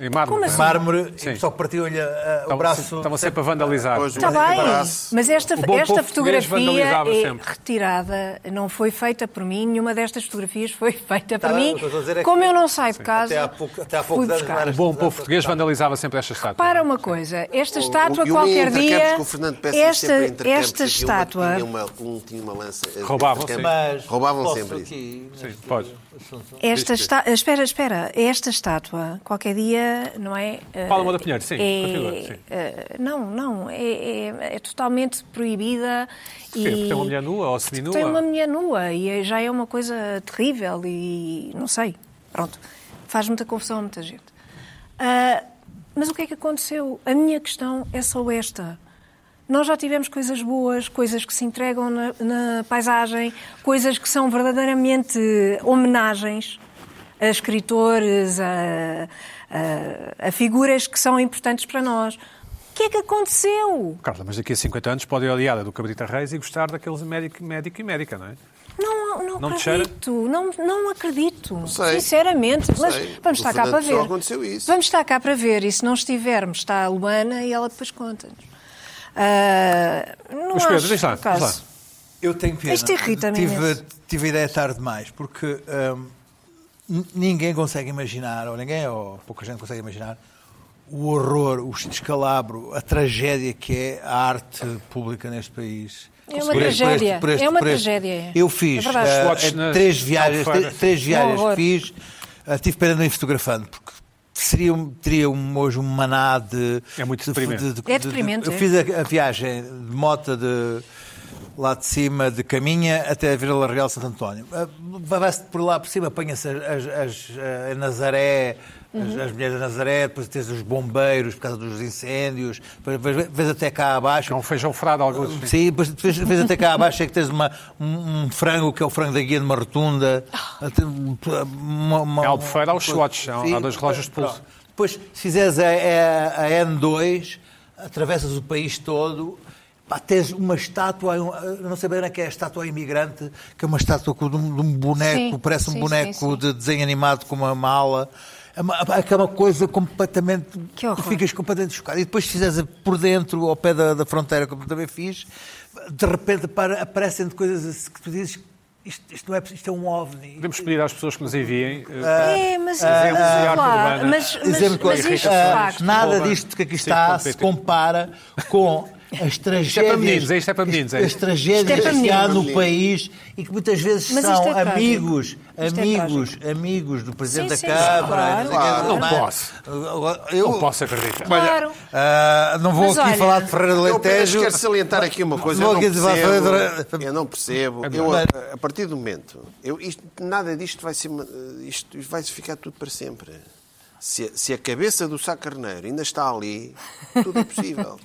Speaker 6: Em mármore.
Speaker 4: Como
Speaker 6: não é?
Speaker 4: assim?
Speaker 5: mármore
Speaker 6: Sim.
Speaker 5: e só partiu-lhe ah, o
Speaker 6: Estavam-
Speaker 5: braço.
Speaker 6: Estavam sempre a vandalizar.
Speaker 2: Pois,
Speaker 4: Está
Speaker 2: Mas é
Speaker 4: bem,
Speaker 2: embaraço.
Speaker 4: mas esta,
Speaker 6: O bom
Speaker 4: esta
Speaker 6: povo português
Speaker 4: fotografia
Speaker 6: vandalizava
Speaker 4: é
Speaker 6: sempre.
Speaker 4: retirada, não foi feita por mim, nenhuma destas fotografias foi *laughs* feita por
Speaker 5: bem,
Speaker 4: mim.
Speaker 5: o que eu estou a dizer é que
Speaker 4: Como eu não saio de casa,
Speaker 5: Até há pouco, até há pouco
Speaker 4: fui
Speaker 5: anos
Speaker 4: buscar.
Speaker 5: era
Speaker 6: O bom povo
Speaker 5: estudante.
Speaker 6: português vandalizava sempre esta estátua.
Speaker 4: Para uma coisa, esta
Speaker 2: O-
Speaker 4: estátua
Speaker 2: o- e o
Speaker 4: qualquer
Speaker 2: intercâmbio,
Speaker 4: dia.
Speaker 2: que O Fernando Peça
Speaker 4: Esta,
Speaker 2: sempre intercâmbio,
Speaker 4: esta
Speaker 2: porque uma
Speaker 4: estátua.
Speaker 2: Tinha uma, um tinha uma lança. eh,
Speaker 6: Roubavam
Speaker 2: intercâmbio.
Speaker 5: Mas
Speaker 2: Roubavam
Speaker 5: posso
Speaker 2: sempre isso.
Speaker 5: aqui neste
Speaker 6: Sim, pode.
Speaker 5: assunto?
Speaker 4: Esta esta- Espera, espera. Esta estátua, qualquer dia, não é? eh,
Speaker 6: Paulo Moura Pinheiro, sim,
Speaker 4: é-
Speaker 6: continua, sim.
Speaker 4: eh, não, não. É, é- é totalmente proibida.
Speaker 6: Porquê? Porque tem uma mulher nua ou seminua?
Speaker 4: Tem uma mulher nua e é- já é uma coisa terrível e não sei. Pronto. Faz muita confusão a muita gente. Ah, mas o que é que aconteceu? A minha questão é só esta. Nós já tivemos coisas boas, coisas que se entregam na, na paisagem, coisas que são verdadeiramente homenagens a escritores, a, a- a figuras que são importantes para nós. O que é que aconteceu?
Speaker 6: Carla, mas daqui a 50 anos pode ir aliada do Cabrita Reis e gostar daqueles médico, médico e médica, não é?
Speaker 4: Não, não,
Speaker 6: Não te cheira?
Speaker 4: acredito, não, não acredito,
Speaker 2: sei.
Speaker 4: sinceramente.
Speaker 2: Não
Speaker 4: mas
Speaker 2: sei.
Speaker 4: vamos
Speaker 2: No
Speaker 4: estar cá
Speaker 2: Fernando
Speaker 4: para
Speaker 2: Pessoa
Speaker 4: ver.
Speaker 2: aconteceu isso.
Speaker 4: Vamos estar cá para ver e se não estivermos está a Luana e ela depois conta-nos. Ah, não
Speaker 6: Mas Pedro,
Speaker 4: acho,
Speaker 6: diz lá,
Speaker 4: por acaso.
Speaker 6: diz lá.
Speaker 5: Eu tenho pena.
Speaker 4: Isto irrita-me imenso.
Speaker 5: tive, tive ideia tarde demais, porque hum, n- ninguém consegue imaginar, ou ninguém, ou pouca gente consegue imaginar, o horror, o descalabro, a tragédia que é a arte pública neste país.
Speaker 4: É uma tragédia. É uma tragédia.
Speaker 5: Eu fiz
Speaker 4: É verdade.
Speaker 5: ah,
Speaker 6: Watch
Speaker 5: eh,
Speaker 6: na-
Speaker 5: três viagens,
Speaker 6: Albufeira.
Speaker 5: três- três viagens
Speaker 4: horror.
Speaker 5: que fiz, ah, tive pena de não ir fotografando, porque seria, um- teria um, hoje um maná de...
Speaker 6: É muito
Speaker 5: de-
Speaker 6: deprimente.
Speaker 5: de- de-
Speaker 4: É deprimente,
Speaker 5: Eu
Speaker 4: é.
Speaker 5: fiz a, a viagem de moto de lá de cima, de Caminha, até a Vila Real de Santo António. Ah, Vai-se por lá por cima, apanha-se as, as- as, ah, a Nazaré, as, as mulheres da Nazaré, depois tens os bombeiros por causa dos incêndios, depois vês- vês até cá abaixo.
Speaker 6: É um feijão frado,
Speaker 1: Ah,
Speaker 6: alguns. sim.
Speaker 5: Sim, depois, depois, depois até cá abaixo é que tens uma, um, um frango que é o frango da guia de uma rotunda.
Speaker 4: Ah.
Speaker 5: Até Uma, uma,
Speaker 6: É Albufeira aos
Speaker 5: uma-
Speaker 6: Swatch, há- há
Speaker 5: Sim,
Speaker 6: dois relógios de pulso.
Speaker 5: pronto. Depois, se fizeres a, a- a N2, atravessas o país todo. pá, Pá, tens uma estátua, eu não sei bem onde é que é a estátua imigrante, que é uma estátua com- de um, de um boneco,
Speaker 4: Sim,
Speaker 5: parece um
Speaker 4: sim,
Speaker 5: boneco
Speaker 4: sim, sim.
Speaker 5: de desenho animado com uma mala. É uma- Aquela coisa completamente.
Speaker 4: Que horror.
Speaker 5: ficas completamente chocado. E depois, se fizeres por dentro, ao pé da, da fronteira, como também fiz, de repente para- aparecem de coisas assim que tu dizes: isto, isto não é, isto é um ovni.
Speaker 1: Podemos pedir às pessoas que nos enviem. eh,
Speaker 5: Ah.
Speaker 4: É,
Speaker 6: ah,
Speaker 4: mas,
Speaker 1: Exemplo de
Speaker 4: mas,
Speaker 1: arte
Speaker 4: claro,
Speaker 1: urbana.
Speaker 4: mas, mas,
Speaker 5: Dizer-me
Speaker 4: mas
Speaker 5: coisas.
Speaker 4: isto de
Speaker 1: é
Speaker 5: Ah,
Speaker 4: facto.
Speaker 5: nada
Speaker 1: Arroba
Speaker 5: disto que aqui
Speaker 1: um sim
Speaker 5: está
Speaker 1: ponto
Speaker 5: se
Speaker 1: PT.
Speaker 5: compara com as tragédias.
Speaker 1: meninos, é isto é para meninos, é
Speaker 5: As
Speaker 1: isto.
Speaker 5: tragédias
Speaker 4: Isto é para
Speaker 5: que há no
Speaker 2: meninos.
Speaker 5: país e que muitas vezes
Speaker 4: Mas isto
Speaker 5: são
Speaker 4: é trágico.
Speaker 5: amigos,
Speaker 4: Isto é
Speaker 5: amigos, amigos do Presidente
Speaker 4: Sim,
Speaker 5: da
Speaker 4: sim,
Speaker 5: Câmara.
Speaker 4: claro.
Speaker 5: sei o quê,
Speaker 1: Não
Speaker 5: sei
Speaker 1: posso.
Speaker 5: mais. Eu,
Speaker 1: Não posso acreditar.
Speaker 4: Claro.
Speaker 5: Ah, não vou
Speaker 4: Mas
Speaker 5: aqui
Speaker 4: olha,
Speaker 5: falar de Ferreira do
Speaker 2: Eu apenas
Speaker 5: Alentejo.
Speaker 2: Então, quero salientar aqui uma coisa. Eu
Speaker 5: Vou
Speaker 2: não
Speaker 5: aqui dizer-
Speaker 2: percebo. Eu não
Speaker 5: É
Speaker 2: percebo. Eu, a, a partir do momento, eu, isto- nada disto vai ser. uma- Isto vai ficar tudo para sempre. Se, se a cabeça do Sá Carneiro ainda está ali, tudo é
Speaker 5: *laughs*
Speaker 2: possível.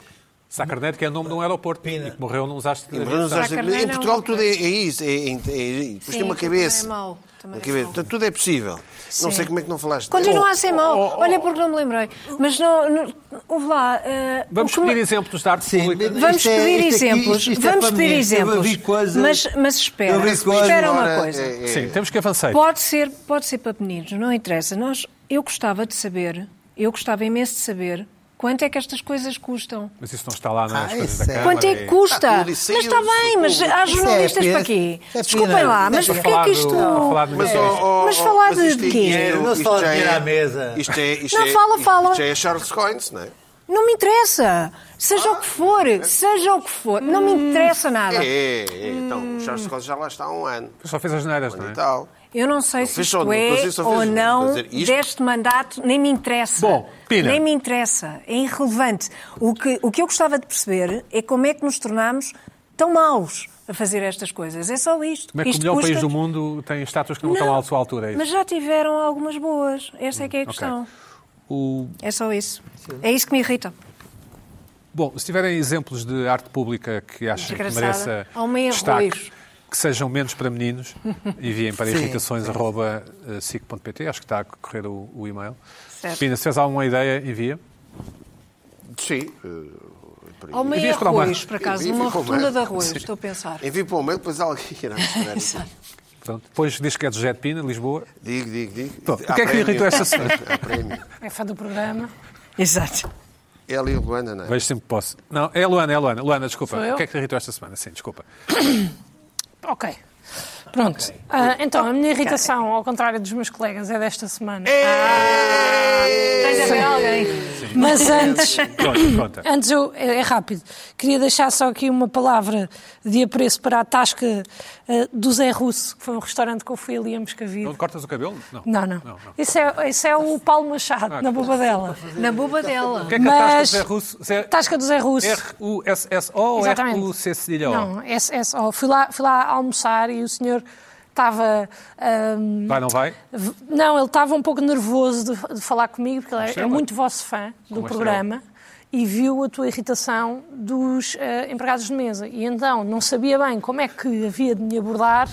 Speaker 1: Sá Carneiro, que é o nome de um aeroporto e que morreu num desastre de
Speaker 2: Em,
Speaker 1: avião.
Speaker 2: Buenos Aires-
Speaker 4: Carneiro
Speaker 2: em
Speaker 4: é
Speaker 2: Portugal
Speaker 4: uma
Speaker 2: tudo é, é isso. É, é, é, depois
Speaker 4: Sim,
Speaker 2: tem uma
Speaker 4: tudo também é
Speaker 2: cabeça.
Speaker 4: mau, também
Speaker 2: Uma
Speaker 4: é
Speaker 2: cabeça.
Speaker 4: mau.
Speaker 2: Portanto, tudo é possível. Não
Speaker 4: Sim.
Speaker 2: sei como é que não falaste.
Speaker 4: Continua a
Speaker 6: Oh,
Speaker 4: ser mau. Olha, porque não me lembrei. Mas não. não houve lá. eh,
Speaker 1: Vamos
Speaker 4: o que me-
Speaker 1: pedir exemplos de arte
Speaker 5: é Sim,
Speaker 1: pública.
Speaker 5: mas-
Speaker 4: Vamos
Speaker 5: Isto é-
Speaker 4: pedir
Speaker 5: isto é-
Speaker 4: exemplos.
Speaker 5: isto- isto é
Speaker 4: Vamos
Speaker 5: para
Speaker 4: pedir
Speaker 5: mim. Eu
Speaker 4: exemplos.
Speaker 5: vi coisas-
Speaker 4: Mas, mas espera,
Speaker 5: Eu vi coisas-
Speaker 4: espera uma
Speaker 2: Agora,
Speaker 4: coisa.
Speaker 2: é- é-
Speaker 1: Sim, temos que avançar.
Speaker 4: Pode ser, pode ser para meninos, não interessa. Nós, eu gostava de saber, eu gostava imenso de saber quanto é que estas coisas custam.
Speaker 1: Mas isso não está lá nas
Speaker 5: Ah,
Speaker 1: coisas
Speaker 5: isso
Speaker 1: da
Speaker 5: é-
Speaker 1: Câmara.
Speaker 4: Quanto é que
Speaker 1: e-
Speaker 4: custa?
Speaker 2: Ah,
Speaker 4: mas
Speaker 2: isso aí
Speaker 4: está
Speaker 2: eu-
Speaker 4: bem, mas há
Speaker 5: Isso é
Speaker 4: jornalistas
Speaker 5: pena.
Speaker 4: para quê?
Speaker 5: Isso é
Speaker 4: Desculpem
Speaker 5: pena.
Speaker 4: lá, mas
Speaker 5: Deixa eu
Speaker 4: porquê é que isto.
Speaker 1: falar do- a falar do-
Speaker 4: Mas,
Speaker 1: Mas, oh,
Speaker 4: mas falar de,
Speaker 2: isto é
Speaker 4: de quê?
Speaker 2: dinheiro,
Speaker 5: Não se fala
Speaker 2: isto
Speaker 5: de
Speaker 2: já
Speaker 5: dinheiro
Speaker 2: é-
Speaker 5: à mesa.
Speaker 2: Isto é, isto
Speaker 4: Não,
Speaker 2: é,
Speaker 4: fala, fala.
Speaker 2: Isto já é Charles Coins, não é?
Speaker 4: Não me interessa. Seja o que for, seja o que for, não me interessa nada.
Speaker 2: É, é, então, o Charles Coins já lá está há um ano.
Speaker 1: Só fez as neiras, não
Speaker 2: E
Speaker 1: é?
Speaker 2: tal.
Speaker 4: Eu não sei se
Speaker 2: fiz só
Speaker 4: isto
Speaker 2: um,
Speaker 4: é
Speaker 2: estou a dizer, só
Speaker 4: ou
Speaker 2: fiz um.
Speaker 4: não
Speaker 2: Estou a dizer, isto-
Speaker 4: deste mandato, nem me interessa.
Speaker 1: Bom, Pina.
Speaker 4: Nem me interessa, é irrelevante. O que, o que eu gostava de perceber é como é que nos tornámos tão maus a fazer estas coisas. É só isto.
Speaker 1: Como é que o
Speaker 4: Isto
Speaker 1: melhor país
Speaker 4: custa-
Speaker 1: do mundo tem estátuas que não, estão
Speaker 4: Não,
Speaker 1: à sua altura? É isso? Hum,
Speaker 4: Mas já tiveram algumas boas. Essa é que é a
Speaker 1: ok.
Speaker 4: questão.
Speaker 1: O-
Speaker 4: É só isso. É isso que me irrita.
Speaker 1: Bom, se tiverem exemplos de arte pública que achem que
Speaker 4: Desgraçada.
Speaker 1: mereça
Speaker 4: Há
Speaker 3: um
Speaker 4: uma erro
Speaker 1: destaque,
Speaker 4: hoje.
Speaker 1: que sejam menos para
Speaker 3: *laughs*
Speaker 1: meninos, enviem para eh, irritações.sic.pt, acho que está a correr o, o e-mail.
Speaker 4: Certo.
Speaker 1: Pina, se tens alguma ideia, envia.
Speaker 2: Sim. eh, por aí.
Speaker 4: Há uma
Speaker 1: Devias para uma-
Speaker 4: arroz, por acaso,
Speaker 2: Devia
Speaker 4: uma
Speaker 2: para uma-
Speaker 4: rotunda de arroz, estou a pensar.
Speaker 2: Envio para o mail, depois alguém *laughs* irá responder.
Speaker 1: Portanto, depois diz que é do Jet Pina, Lisboa.
Speaker 2: digo, digo, digo.
Speaker 1: Pronto, o
Speaker 2: Há
Speaker 1: que é que lhe
Speaker 2: prémio.
Speaker 1: irritou esta semana?
Speaker 2: Há prémio.
Speaker 3: É fã do programa.
Speaker 4: Exato.
Speaker 2: Ela e o Luana, não é?
Speaker 1: Vejo sempre que posso. Não, é a Luana, é a Luana. Luana, desculpa.
Speaker 3: Sou eu?
Speaker 1: O que é que te irritou esta semana? Sim, desculpa.
Speaker 3: Ok. Pronto. Ah, então, a minha irritação, ao contrário dos meus colegas, é desta semana.
Speaker 4: Tens a ver alguém.
Speaker 3: Mas antes,
Speaker 1: Conta, conta.
Speaker 3: *coughs* antes eu, é é rápido, queria deixar só aqui uma palavra de apreço para a tasca ah, do Zé Russo, que foi um restaurante que eu fui ali a
Speaker 1: Não
Speaker 3: Moscavide.
Speaker 1: te cortas o cabelo? Não.
Speaker 3: Não, não. Ah, Isso é, isso é o Paulo Machado, na bobadela.
Speaker 4: Na boba dela.
Speaker 1: O que é que
Speaker 3: Mas-
Speaker 1: a
Speaker 3: Tá.
Speaker 1: tasca do Zé Russo... Zé-
Speaker 3: Tasca do Zé Russo.
Speaker 1: R-U-S-S-O ou
Speaker 3: Exatamente.
Speaker 1: R-U-C-C-O?
Speaker 3: Não, é, é só. Fui lá, fui lá almoçar e o senhor estava. ahm,
Speaker 1: Vai, não vai?
Speaker 3: V- Não, ele estava um pouco nervoso de, de falar comigo, porque ele é- é,
Speaker 1: estrela.
Speaker 3: muito vosso fã do
Speaker 1: uma
Speaker 3: programa e viu a tua irritação dos eh, empregados de mesa. E então não sabia bem como é que havia de me abordar,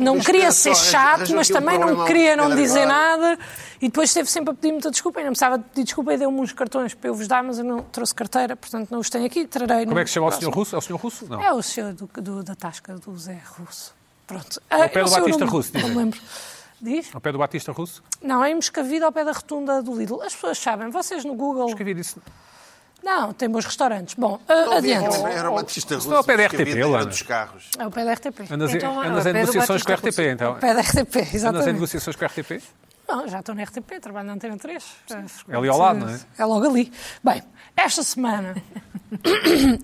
Speaker 1: *laughs*
Speaker 3: não
Speaker 2: Mas
Speaker 3: queria
Speaker 2: espera
Speaker 3: ser
Speaker 2: só,
Speaker 3: chato,
Speaker 2: arranjou
Speaker 3: mas
Speaker 2: aqui um
Speaker 3: também não
Speaker 2: problema
Speaker 3: queria não
Speaker 2: cada
Speaker 3: dizer
Speaker 2: vez.
Speaker 3: nada. E depois esteve sempre a pedir muita desculpa. E não precisava de pedir desculpa e deu-me uns cartões para eu vos dar, mas eu não trouxe carteira, portanto não os tenho aqui. Trarei
Speaker 1: Como é que se chama o senhor Russo? É o senhor Russo? Não.
Speaker 3: é o senhor do, do- da tasca do Zé Russo. Pronto. Ah, é
Speaker 1: Ao É pé do Batista Russo,
Speaker 3: Não me
Speaker 1: dizem.
Speaker 3: lembro. Diz?
Speaker 1: Ao pé do Batista Russo?
Speaker 3: Não, é em Moscavide, ao pé da rotunda do Lidl. As pessoas sabem, vocês no Google...
Speaker 1: Escrevi isso.
Speaker 3: Não, tem bons restaurantes. Bom, ah,
Speaker 2: Não é? havia
Speaker 3: adiante.
Speaker 2: aquele- Era o Batista Russo.
Speaker 1: Estou ao pé da
Speaker 2: que havia,
Speaker 1: RTP,
Speaker 2: Era
Speaker 1: Luana.
Speaker 2: dos carros.
Speaker 3: É o pé da RTP.
Speaker 1: Andas, em-
Speaker 4: Então, vá lá,
Speaker 1: andas
Speaker 4: ao
Speaker 1: em
Speaker 4: pé do
Speaker 1: negociações com a
Speaker 4: Batista
Speaker 1: RTP, então.
Speaker 3: É O pé da RTP,
Speaker 1: Andas em
Speaker 3: exatamente.
Speaker 1: negociações com a RTP?
Speaker 3: Não, já estou na RTP, trabalho na Antena 3.
Speaker 1: É ali ao lado, não é?
Speaker 3: É logo ali. Bem, esta semana *coughs*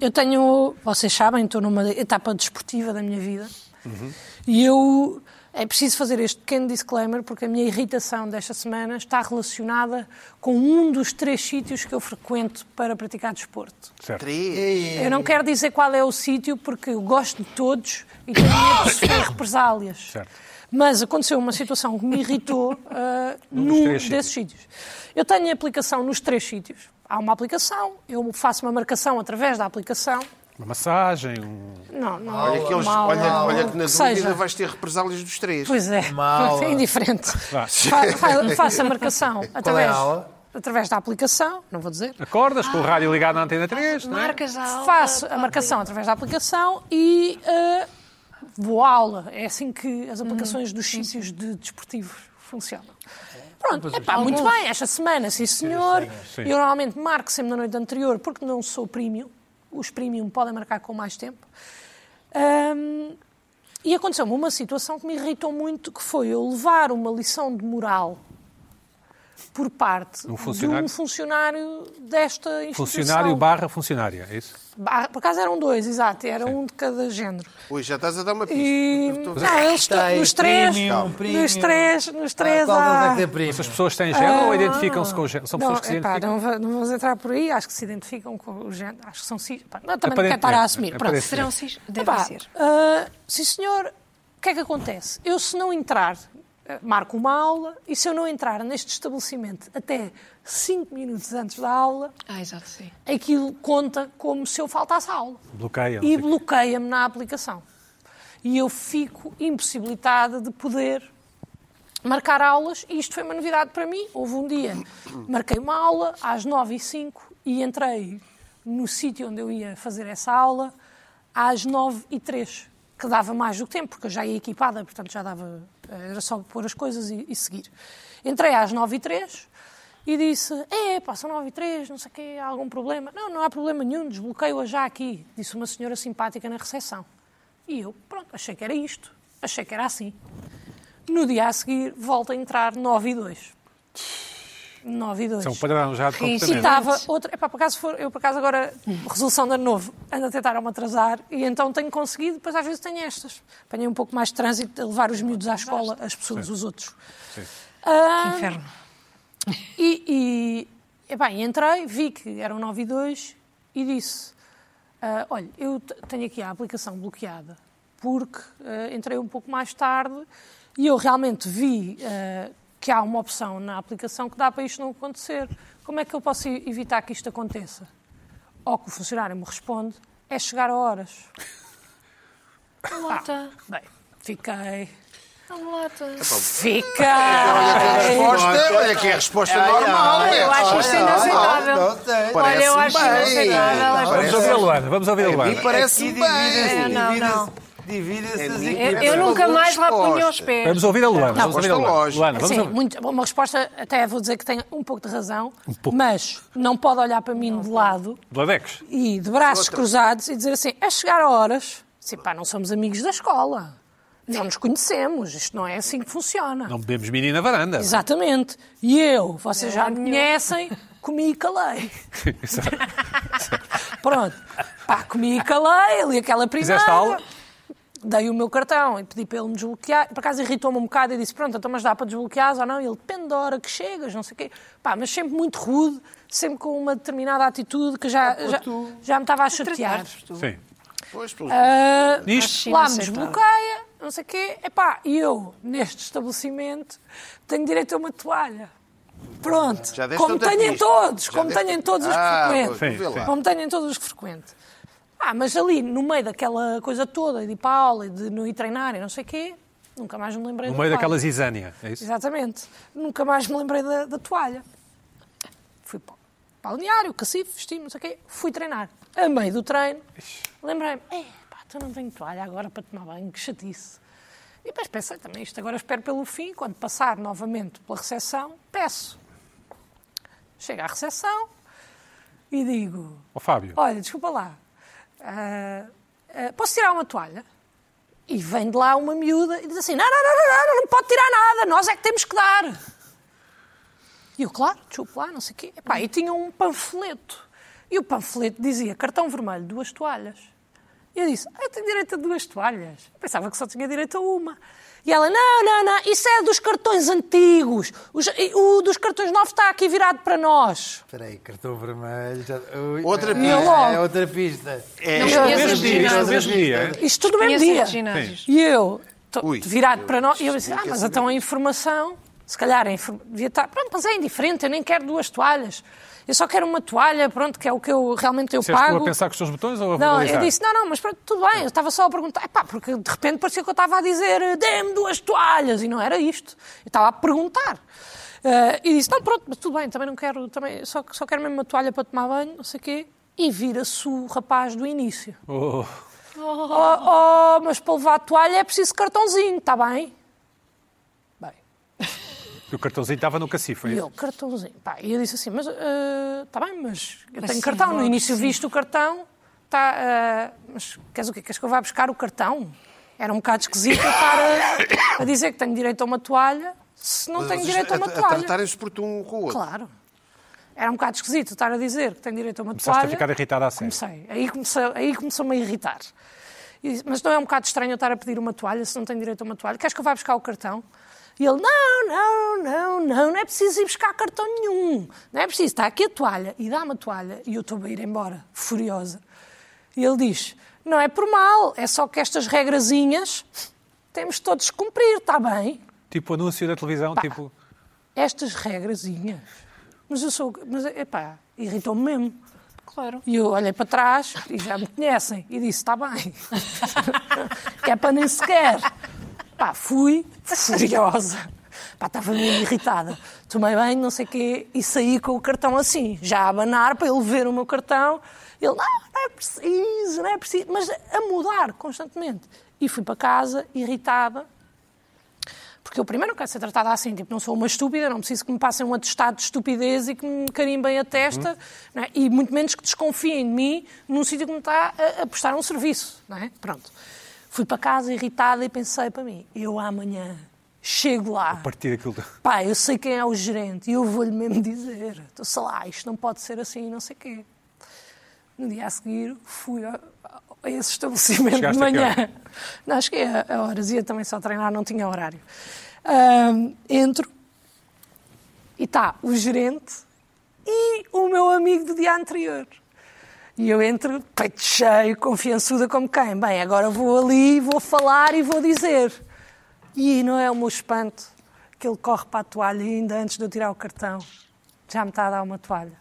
Speaker 3: eu tenho, vocês sabem, estou numa etapa desportiva da minha vida
Speaker 1: Uhum.
Speaker 3: e eu é preciso fazer este pequeno disclaimer porque a minha irritação desta semana está relacionada com um dos três sítios que eu frequento para praticar desporto.
Speaker 1: Certo.
Speaker 2: Três.
Speaker 3: Eu não quero dizer qual é o sítio, porque eu gosto de todos e tenho
Speaker 1: *coughs*
Speaker 3: medo de sofrer represálias.
Speaker 1: Certo.
Speaker 3: Mas aconteceu uma situação que me
Speaker 1: *coughs*
Speaker 3: irritou ah,
Speaker 1: dos
Speaker 3: num
Speaker 1: três
Speaker 3: desses sítios. Eu tenho a aplicação nos três sítios. Há uma aplicação, eu faço uma marcação através da aplicação.
Speaker 1: Uma massagem, um...
Speaker 3: Não, não é
Speaker 2: Olha que, eles,
Speaker 3: mal,
Speaker 2: olha, olha que na
Speaker 3: que
Speaker 2: dúvida
Speaker 3: seja.
Speaker 2: vais ter represálias dos três.
Speaker 3: Pois *laughs* é,
Speaker 5: Uma aula.
Speaker 3: é indiferente. Fa- fa- faço a marcação
Speaker 5: Qual é
Speaker 3: através
Speaker 5: a aula?
Speaker 3: através da aplicação, não vou dizer,
Speaker 6: Acordas com o
Speaker 3: Ah.
Speaker 6: rádio ligado na antena 3, não é?
Speaker 4: Marcas a aula.
Speaker 3: faço a
Speaker 4: pode-
Speaker 3: marcação através da aplicação e ah, vou à aula. É assim que as aplicações dos sítios de desportivos funcionam. Pronto, epá, muito bem, esta semana, sim senhor.
Speaker 6: É. Sim.
Speaker 3: Eu normalmente marco sempre na noite anterior porque não sou premium. Os premium podem marcar com mais tempo. Ahm, e aconteceu-me uma situação que me irritou muito, que foi eu levar uma lição de moral por parte
Speaker 6: Um
Speaker 3: de
Speaker 6: funcionário?
Speaker 3: um funcionário desta instituição.
Speaker 6: Funcionário barra funcionária, é isso?
Speaker 3: Barra- Ah, Por acaso eram dois, exato, era um de cada género.
Speaker 2: Ui, já estás a dar uma pista.
Speaker 3: E
Speaker 2: Eu estou-
Speaker 3: não,
Speaker 6: é
Speaker 3: eles to-
Speaker 5: Tem
Speaker 3: nos três,
Speaker 5: premium,
Speaker 3: nos
Speaker 5: premium.
Speaker 3: três, nos três
Speaker 5: Ah, qual deles é
Speaker 3: há. Ah.
Speaker 5: que tem primo?
Speaker 6: Essas pessoas têm género ou identificam-se com o género? São
Speaker 3: Não,
Speaker 6: pessoas que se
Speaker 3: epá,
Speaker 6: identificam.
Speaker 3: não, va- não vamos entrar por aí, acho que se identificam com o género, acho que são cis. Pá, não, também não quero
Speaker 6: Aparentemente,
Speaker 3: estar a assumir. Pronto.
Speaker 6: aparentemente.
Speaker 4: Serão cis? Devem
Speaker 3: Epá,
Speaker 4: ser.
Speaker 3: ah, sim, senhor, o que é que acontece? Eu, se não entrar, ah, marco uma aula, e se eu não entrar neste estabelecimento até cinco minutos antes da aula,
Speaker 4: Ah, exato, sim.
Speaker 3: aquilo conta como se eu faltasse à aula.
Speaker 6: Bloqueia, não sei
Speaker 3: E
Speaker 6: o quê.
Speaker 3: bloqueia-me na aplicação. E eu fico impossibilitada de poder marcar aulas, e isto foi uma novidade para mim. Houve um dia, marquei uma aula às 9 e 05 e entrei no sítio onde eu ia fazer essa aula às 9 e 03 que dava mais do que tempo, porque eu já ia equipada, portanto já dava, era só pôr as coisas e, e seguir. Entrei às 9 e 03 e disse, é, pá, são 9 e 03 não sei o quê, há algum problema? Não, não há problema nenhum, desbloqueio-a já aqui, disse uma senhora simpática na recepção. E eu, pronto, achei que era isto, achei que era assim. No dia a seguir, volta a entrar 9 e 2. 9 e 2.
Speaker 6: São padrão já de
Speaker 4: Sim,
Speaker 3: E
Speaker 6: comportamento.
Speaker 3: estava outra. Epá, por acaso for, eu, por acaso, agora, resolução de ano novo, ando a tentar me atrasar e então tenho conseguido, depois às vezes tenho estas. Apanhei um pouco mais de trânsito a levar os miúdos à escola, as pessoas, os outros. Ah,
Speaker 4: Que inferno.
Speaker 3: e, e epá, e entrei, vi que eram 9 e 2 e disse: ah, Olha, eu te- tenho aqui a aplicação bloqueada porque ah, entrei um pouco mais tarde e eu realmente vi ah, que há uma opção na aplicação que dá para isto não acontecer. Como é que eu posso e- evitar que isto aconteça? Ou que o funcionário me responde: É chegar a horas.
Speaker 4: É um lata.
Speaker 3: Bem, fiquei.
Speaker 4: É um lata.
Speaker 3: Fiquei!
Speaker 2: Resposta, olha que é a resposta normal. é.
Speaker 4: Eu acho isto
Speaker 2: Ah,
Speaker 4: inaceitável. Olha, eu acho
Speaker 2: Parece-me bem.
Speaker 4: inaceitável.
Speaker 6: Vamos ouvir a Luana, vamos ouvir a
Speaker 3: É,
Speaker 2: A
Speaker 1: é-
Speaker 2: mim
Speaker 6: Luana.
Speaker 2: parece-me bem. É,
Speaker 4: É, não, não.
Speaker 5: Divide-se as
Speaker 2: mim-
Speaker 4: Eu,
Speaker 5: equipas.
Speaker 4: eu nunca mais lá punha os pés.
Speaker 6: Vamos ouvir a Luana. Vamos ouvir
Speaker 2: resposta
Speaker 6: a Luana.
Speaker 2: lógica.
Speaker 6: Luana, vamos
Speaker 3: Sim,
Speaker 6: ouvir.
Speaker 3: muito- uma resposta, até vou dizer que tem um pouco de razão, mas não pode olhar para mim de lado
Speaker 6: Bladex.
Speaker 3: e de braços cruzados e dizer assim, a chegar a horas, assim, pá, não somos amigos da escola, não nos conhecemos, isto não é assim que funciona.
Speaker 6: Não bebemos mini na varanda.
Speaker 3: Exatamente. E eu, vocês já me conhecem, comi e calei.
Speaker 6: Exato.
Speaker 3: Pronto. Pá, comi e calei, ali aquela primeira.
Speaker 6: *laughs* Fizeste a aula?
Speaker 3: Dei o meu cartão e pedi para ele me desbloquear. Por acaso irritou-me um bocado e disse: Pronto, então, mas dá para desbloquear ou não? E ele depende da hora que chegas, não sei o quê. Pá, mas sempre muito rude, sempre com uma determinada atitude que já, já, já me estava a chatear.
Speaker 4: Trataste tu.
Speaker 6: Sim.
Speaker 2: Pois, pelo-
Speaker 3: Ah,
Speaker 6: Nisto,
Speaker 4: Sim,
Speaker 3: lá me
Speaker 4: aceitável.
Speaker 3: desbloqueia, não sei o quê. Epá, e eu, neste estabelecimento, tenho direito a uma toalha. Pronto.
Speaker 2: Já deste
Speaker 3: Como
Speaker 2: outra
Speaker 3: tenho em
Speaker 2: pista.
Speaker 3: todos,
Speaker 2: Já
Speaker 3: como
Speaker 2: deste-
Speaker 3: tenho em todos os
Speaker 2: Ah,
Speaker 3: que
Speaker 2: pois,
Speaker 3: frequento.
Speaker 2: vê lá.
Speaker 3: Como tenho em todos os que frequento. Ah, mas ali, no meio daquela coisa toda, de ir para a aula e de não ir treinar e não sei o quê, nunca mais me lembrei
Speaker 6: no
Speaker 3: da toalha.
Speaker 6: meio daquela zizânia. É isso?
Speaker 3: Exatamente. Nunca mais me lembrei da, da toalha. Fui para o balneário, cacifo, vesti-me, não sei o quê. Fui treinar. A meio do treino, lembrei-me. É, pá, então não tenho toalha agora para tomar banho, que chatice. E depois pensei também isto. Agora espero pelo fim, quando passar novamente pela recepção, peço. Chego à recepção e digo...
Speaker 6: Ó Fábio.
Speaker 3: Olha, desculpa lá. Ah, ah, posso tirar uma toalha? E vem de lá uma miúda e diz assim: não, não, não, não, não, não pode tirar nada, nós é que temos que dar. E eu, claro, desculpe lá, não sei o quê. Epá, e tinha um panfleto. E o panfleto dizia cartão vermelho, duas toalhas. E eu disse: ah, eu tenho direito a duas toalhas. Eu pensava que só tinha direito a uma. E ela: não, não, não, isso é dos cartões antigos. Os- e o dos cartões novos está aqui virado para nós.
Speaker 5: Espera aí, cartão vermelho. já- Ui,
Speaker 2: Outra
Speaker 5: é,
Speaker 2: pista.
Speaker 5: É outra pista.
Speaker 4: Não
Speaker 2: É,
Speaker 4: conheço
Speaker 6: Mesmo
Speaker 4: esses
Speaker 6: dia, isto no
Speaker 4: ginásios.
Speaker 6: mesmo dia. é?
Speaker 3: Isto tudo no mesmo
Speaker 4: Conheço
Speaker 3: dia.
Speaker 4: esses
Speaker 6: *laughs*
Speaker 4: ginásios.
Speaker 3: E eu, tô-
Speaker 2: Ui,
Speaker 3: virado
Speaker 2: eu-
Speaker 3: para nós, e eu disse,
Speaker 2: eu
Speaker 3: ah,
Speaker 2: quero
Speaker 3: mas
Speaker 2: saber
Speaker 3: então a informação, se calhar a inform... devia estar, pronto, mas é indiferente, eu nem quero duas toalhas. Eu só quero uma toalha, pronto, que é o que eu realmente eu
Speaker 6: Disseste tu a
Speaker 3: pago.
Speaker 6: pensar com os teus botões ou
Speaker 3: Não,
Speaker 6: a verbalizar?
Speaker 3: eu disse, não, não, mas pronto, tudo bem, eu estava só a perguntar, Epá, porque de repente parecia que eu estava a dizer, dê-me duas toalhas, e não era isto, eu estava a perguntar. Eh, e disse, não, pronto, mas tudo bem, também não quero, também, só, só quero mesmo uma toalha para tomar banho, não sei o quê. E vira-se o rapaz do início.
Speaker 6: Oh,
Speaker 3: Oh, oh, mas para levar a toalha é preciso cartãozinho, está bem? Bem,
Speaker 6: o cartãozinho estava no é cacifo.
Speaker 3: e
Speaker 6: hein?
Speaker 3: eu, cartãozinho. Pá, e eu disse assim, mas eh, está bem, mas eu
Speaker 4: Mas
Speaker 3: tenho
Speaker 4: sim,
Speaker 3: cartão. No
Speaker 4: logo,
Speaker 3: início
Speaker 4: sim.
Speaker 3: viste o cartão, tá, eh, mas queres o quê? Queres que eu vá buscar o cartão? Era um bocado esquisito eu estar a, a dizer que tenho direito a uma toalha se não tenho
Speaker 2: Vocês
Speaker 3: direito a uma
Speaker 2: A
Speaker 3: toalha.
Speaker 2: tratarem-se por um com o outro.
Speaker 3: Claro. Era um bocado esquisito estar a dizer que tenho direito a uma
Speaker 6: Começaste a
Speaker 3: toalha.
Speaker 6: ficar irritada a sério.
Speaker 3: Comecei. Aí, comecei, aí começou-me a irritar. E disse, mas não é um bocado estranho eu estar a pedir uma toalha se não tenho direito a uma toalha? Queres que eu vá buscar o cartão? E ele, não, não, não, não, não é preciso ir buscar cartão nenhum. Não é preciso. Está aqui a toalha. E dá-me a toalha. E eu estou a ir embora, furiosa. E ele diz, não é por mal, é só que estas regrazinhas temos todos que cumprir, está bem?
Speaker 6: Tipo anúncio da televisão, tipo...
Speaker 3: Estas regrazinhas. Mas eu sou... Mas, epá, irritou-me mesmo.
Speaker 4: Claro.
Speaker 3: E eu olhei para trás e já me conhecem. E disse: está bem. *laughs* que é para nem sequer. Pá, fui furiosa. Pá, estava meio irritada. Tomei bem, não sei o quê, e saí com o cartão assim, já a abanar para ele ver o meu cartão. Ele, não, não é preciso, não é preciso, mas a mudar constantemente. E fui para casa, irritada, porque eu primeiro não quero ser tratada assim, tipo, não sou uma estúpida, não preciso que me passem um atestado de estupidez e que me carimbem a testa, não é? e muito menos que desconfiem de mim num sítio que me está a, a prestar um serviço, não é? Pronto. Fui para casa irritada e pensei para mim, eu amanhã chego lá.
Speaker 6: Partir aquilo... do-
Speaker 3: Pá, eu sei quem é o gerente e eu vou-lhe mesmo dizer. Então, sei lá, isto não pode ser assim, não sei quê. No dia a seguir, fui a, a esse estabelecimento
Speaker 6: Chegaste
Speaker 3: de
Speaker 6: a que
Speaker 3: manhã.
Speaker 6: hora?
Speaker 3: *laughs* Não, acho que é a horas, ia também só treinar, não tinha horário. Ahm, entro e está o gerente e o meu amigo do dia anterior. E eu entro, peito cheio, confiançuda como quem? Bem, agora vou ali, vou falar e vou dizer. E não é o meu espanto que ele corre para a toalha e ainda antes de eu tirar o cartão. Já me está a dar uma toalha.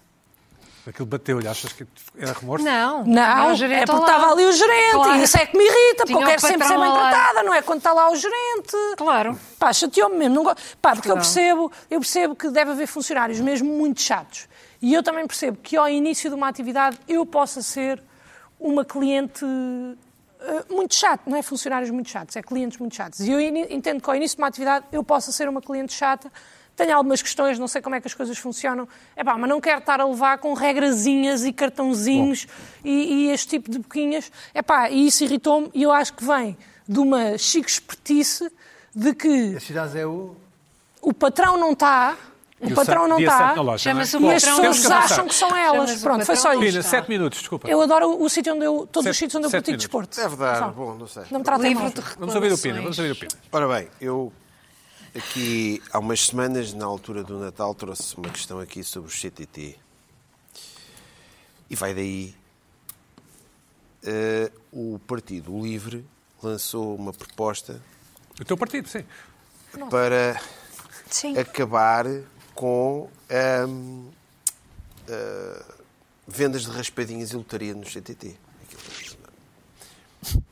Speaker 6: Aquilo bateu-lhe, achas que era remorso?
Speaker 4: Não.
Speaker 3: Não,
Speaker 4: é, o
Speaker 3: é
Speaker 4: gerente
Speaker 3: porque
Speaker 4: ao
Speaker 3: estava
Speaker 4: lado.
Speaker 3: ali o gerente.
Speaker 4: Claro.
Speaker 3: E isso é que me irrita, porque
Speaker 4: Tinha
Speaker 3: eu
Speaker 4: o
Speaker 3: quero sempre ser
Speaker 4: patrão
Speaker 3: bem
Speaker 4: ao lado.
Speaker 3: tratada, não é? Quando está lá o gerente.
Speaker 4: Claro.
Speaker 3: Pá, chateou-me mesmo. Não go... Pá, porque eu
Speaker 4: Portugal.
Speaker 3: percebo, eu percebo que deve haver funcionários mesmo muito chatos. E eu também percebo que ao início de uma atividade eu possa ser uma cliente eh, muito chata. Não é funcionários muito chatos, é clientes muito chatos. E eu ini- entendo que ao início de uma atividade eu possa ser uma cliente chata. Tenho algumas questões, não sei como é que as coisas funcionam. É pá, mas não quero estar a levar com regrazinhas e cartãozinhos e, e este tipo de boquinhas. É pá, e isso irritou-me e eu acho que vem de uma chique espertice de que
Speaker 5: As cidades é o.
Speaker 3: o patrão não está, o
Speaker 6: E
Speaker 3: patrão
Speaker 6: santo-
Speaker 3: não tá.
Speaker 6: dia
Speaker 3: está,
Speaker 6: santo na loja,
Speaker 4: Chama-se
Speaker 6: não
Speaker 3: e
Speaker 6: é?
Speaker 3: as
Speaker 4: patrão. tá.
Speaker 6: Temos
Speaker 3: pessoas
Speaker 6: que avançar.
Speaker 3: acham que são elas.
Speaker 4: Chamas o
Speaker 3: Pronto, foi só
Speaker 4: patrão. tá.
Speaker 6: Pina,
Speaker 3: isto.
Speaker 6: sete minutos, desculpa.
Speaker 3: Eu adoro o sítio onde eu, todos
Speaker 6: Sete-
Speaker 3: os sítios onde eu
Speaker 6: sete
Speaker 3: pratico desporto.
Speaker 2: É verdade,
Speaker 3: Só.
Speaker 2: bom, não sei.
Speaker 3: Não me tratem mal.
Speaker 4: Livro de
Speaker 6: Vamos ouvir o Pina, vamos ouvir o Pina.
Speaker 2: Ora bem, eu aqui há umas semanas, na altura do Natal, trouxe uma questão aqui sobre o CTT. E vai daí. eh, o Partido Livre lançou uma proposta
Speaker 6: O teu partido, sim.
Speaker 2: para
Speaker 4: Sim.
Speaker 2: acabar com ahm, ah, vendas de raspadinhas e lotaria no CTT.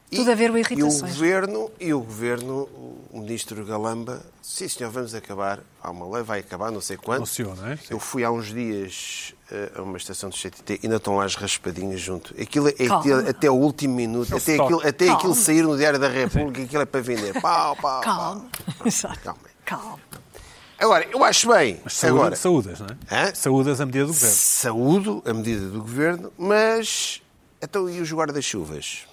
Speaker 2: E-
Speaker 4: Tudo a ver com
Speaker 2: E o
Speaker 4: irritações.
Speaker 2: governo, e o governo, o ministro Galamba, sim senhor, vamos acabar. Há uma lei, vai acabar, não sei quando.
Speaker 6: Anunciou, não é? Sim.
Speaker 2: Eu fui há uns dias eh, a uma estação do CTT, ainda estão lá as raspadinhas junto. Aquilo é
Speaker 4: Calma.
Speaker 2: aquilo- até o último minuto, até,
Speaker 6: stock.
Speaker 2: aquilo, até aquilo sair no Diário da República, aquilo é para vender. Pau, pau,
Speaker 4: Calma. Exato.
Speaker 2: Pau. Calma.
Speaker 4: Calma.
Speaker 2: Agora, eu acho bem.
Speaker 6: Mas saúda-
Speaker 2: Agora,
Speaker 6: saúdas, não é?
Speaker 2: Hã?
Speaker 6: Saúdas à medida do governo.
Speaker 2: saúdo a medida do governo, mas então e os guarda-chuvas?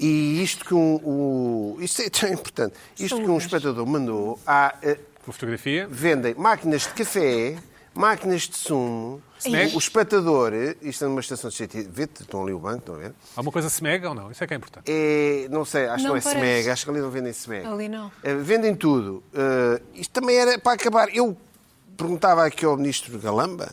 Speaker 2: E isto que um. O, isto é tão importante. Isto que um espectador mandou há. eh,
Speaker 6: Uma fotografia.
Speaker 2: vendem máquinas de café, máquinas de sumo.
Speaker 6: Snacks.
Speaker 2: O espectador, eh, isto é numa estação de CT, vê estão ali o banco, estão a ver?
Speaker 6: Alguma coisa se mega ou não? Isso é que é importante.
Speaker 2: É, não sei, acho que
Speaker 4: Não
Speaker 2: não é
Speaker 4: parece.
Speaker 2: SMEG, acho que ali não vendem SMEG.
Speaker 4: Ali não.
Speaker 2: Eh, vendem tudo. Eh, isto também era para acabar. Eu perguntava aqui ao ministro Galamba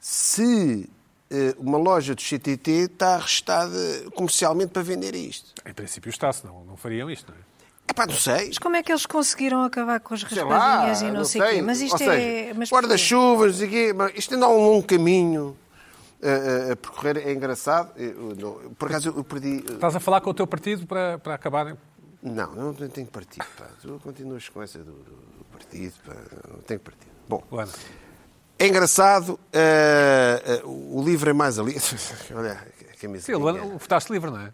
Speaker 2: se eh, uma loja do CTT está arrestada comercialmente para vender isto.
Speaker 6: Em princípio está, senão não fariam isto, não é?
Speaker 2: É pá, não sei.
Speaker 4: Mas como é que eles conseguiram acabar com as
Speaker 2: Sei lá,
Speaker 4: raspadinhas e não sei o quê? Mas isto
Speaker 2: Ou seja,
Speaker 4: é. mas porquê?
Speaker 2: Guarda-chuvas, não sei quê, mas isto ainda há um longo caminho eh, eh, a percorrer. É engraçado. Eu não- por acaso eu eu perdi. eh,
Speaker 6: Estás a falar com o teu partido para, para acabarem.
Speaker 2: Não, eu não tenho partido. Pá. Tu continuas com essa do, do- do partido. partido, pá, não tenho partido. Bom,
Speaker 6: Luana.
Speaker 2: é engraçado, eh, eh, o livro é mais ali. *laughs* Olha, a camisa.
Speaker 6: Sim, Luana, votaste livre, não é?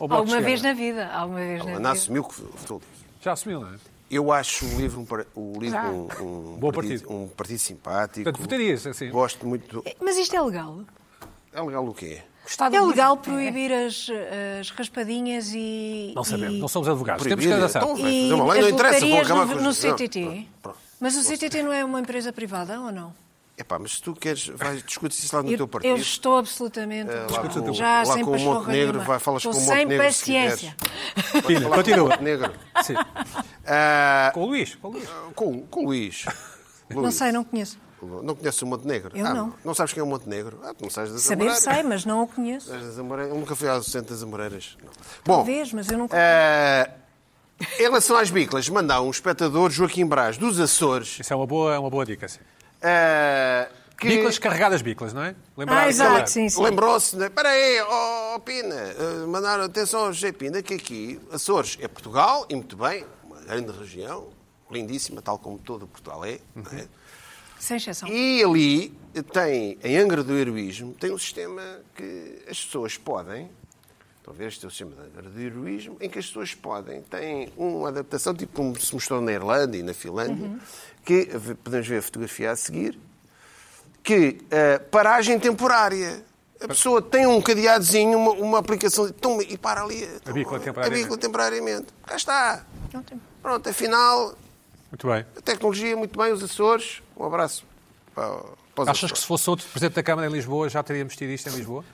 Speaker 6: Ou Bloco de
Speaker 4: Alguma vez
Speaker 6: Esquerda?
Speaker 4: na vida. Alguma vez na
Speaker 2: Não
Speaker 4: vida.
Speaker 2: assumiu que votou livre.
Speaker 6: Já assumiu, não é?
Speaker 2: Eu acho o livro um, par- o livro
Speaker 4: Ah.
Speaker 2: um, um
Speaker 6: Bom partido.
Speaker 2: um partido simpático.
Speaker 6: Portanto, votarias, assim.
Speaker 2: Gosto muito. Do...
Speaker 4: Mas isto é legal.
Speaker 2: É legal o quê?
Speaker 3: Gostava
Speaker 4: É
Speaker 3: de-
Speaker 4: legal proibir as, as raspadinhas e.
Speaker 6: Não sabemos,
Speaker 4: e-
Speaker 6: não somos advogados. Temos que
Speaker 2: Proibir.
Speaker 6: analisar.
Speaker 2: Então, vai
Speaker 4: E
Speaker 2: fazer uma lei, não
Speaker 4: as
Speaker 2: interessa, vou
Speaker 4: lotarias
Speaker 2: acabar
Speaker 4: no,
Speaker 2: com
Speaker 4: no
Speaker 2: os- não,
Speaker 4: CTT.
Speaker 2: pronto, pronto.
Speaker 4: Mas o CTT não é uma empresa privada ou não?
Speaker 2: Epá, mas se tu queres, vais discutir isso lá no
Speaker 4: Eu,
Speaker 2: teu
Speaker 4: eu
Speaker 2: partido.
Speaker 4: estou absolutamente.
Speaker 2: Discute o teu- lá
Speaker 4: já sem
Speaker 2: com o
Speaker 4: pachorra
Speaker 2: Montenegro,
Speaker 4: nenhuma.
Speaker 2: vai, falas
Speaker 4: Estou
Speaker 2: com o
Speaker 4: sem
Speaker 2: Montenegro, se
Speaker 4: paciência.
Speaker 2: Podes falar com o
Speaker 6: continua.
Speaker 2: Montenegro.
Speaker 6: Sim.
Speaker 2: Ah,
Speaker 6: Com o Luís. Com o Luís.
Speaker 2: com, com o Luís.
Speaker 4: Não
Speaker 2: Luís.
Speaker 4: sei, não conheço.
Speaker 2: Não conheces o Montenegro?
Speaker 4: Eu
Speaker 2: ah,
Speaker 4: não.
Speaker 2: Não sabes quem é o Montenegro? Ah, tu não sabes das
Speaker 4: Saber
Speaker 2: Amoreiras.
Speaker 4: sei, mas não o conheço.
Speaker 2: Sabes das Amoreiras? Eu nunca fui ao centro das Amoreiras. não.
Speaker 4: Talvez, mas eu não conheço.
Speaker 2: ah, em relação às biclas, mandar um espectador, Joaquim Brás, dos Açores,
Speaker 6: Isso é uma boa, é uma boa dica, sim.
Speaker 2: ah, que
Speaker 6: Biclas carregadas biclas, não é? Lembrar-
Speaker 4: Ah,
Speaker 6: lembrar.
Speaker 4: exato, sim, sim.
Speaker 2: lembrou-se, né? espera aí, ó oh, Pina, eh, mandaram atenção ao G. Pina, que aqui, Açores é Portugal, e muito bem, uma grande região, lindíssima, tal como todo Portugal é, não é?
Speaker 4: Sem exceção.
Speaker 2: E ali tem, em Angra do Heroísmo, tem um sistema que as pessoas podem. Talvez este é o sistema de Angra do Heroísmo, em que as pessoas podem. Tem uma adaptação, tipo como se mostrou na Irlanda e na Finlândia,
Speaker 6: Uhum.
Speaker 2: que v- podemos ver a fotografia a seguir, que eh, paragem temporária. A pessoa tem um cadeadozinho, uma, uma aplicação, toma, e para ali.
Speaker 6: A bícola
Speaker 2: A
Speaker 6: temporariamente.
Speaker 2: bícola temporariamente. Cá está.
Speaker 4: Não tem-
Speaker 2: Pronto, afinal,
Speaker 6: Muito bem.
Speaker 2: a tecnologia, muito bem, os Açores. Um abraço. Para, para os
Speaker 6: Achas
Speaker 2: Açores.
Speaker 6: que se fosse outro presidente da Câmara em Lisboa já teria metido isto em Lisboa?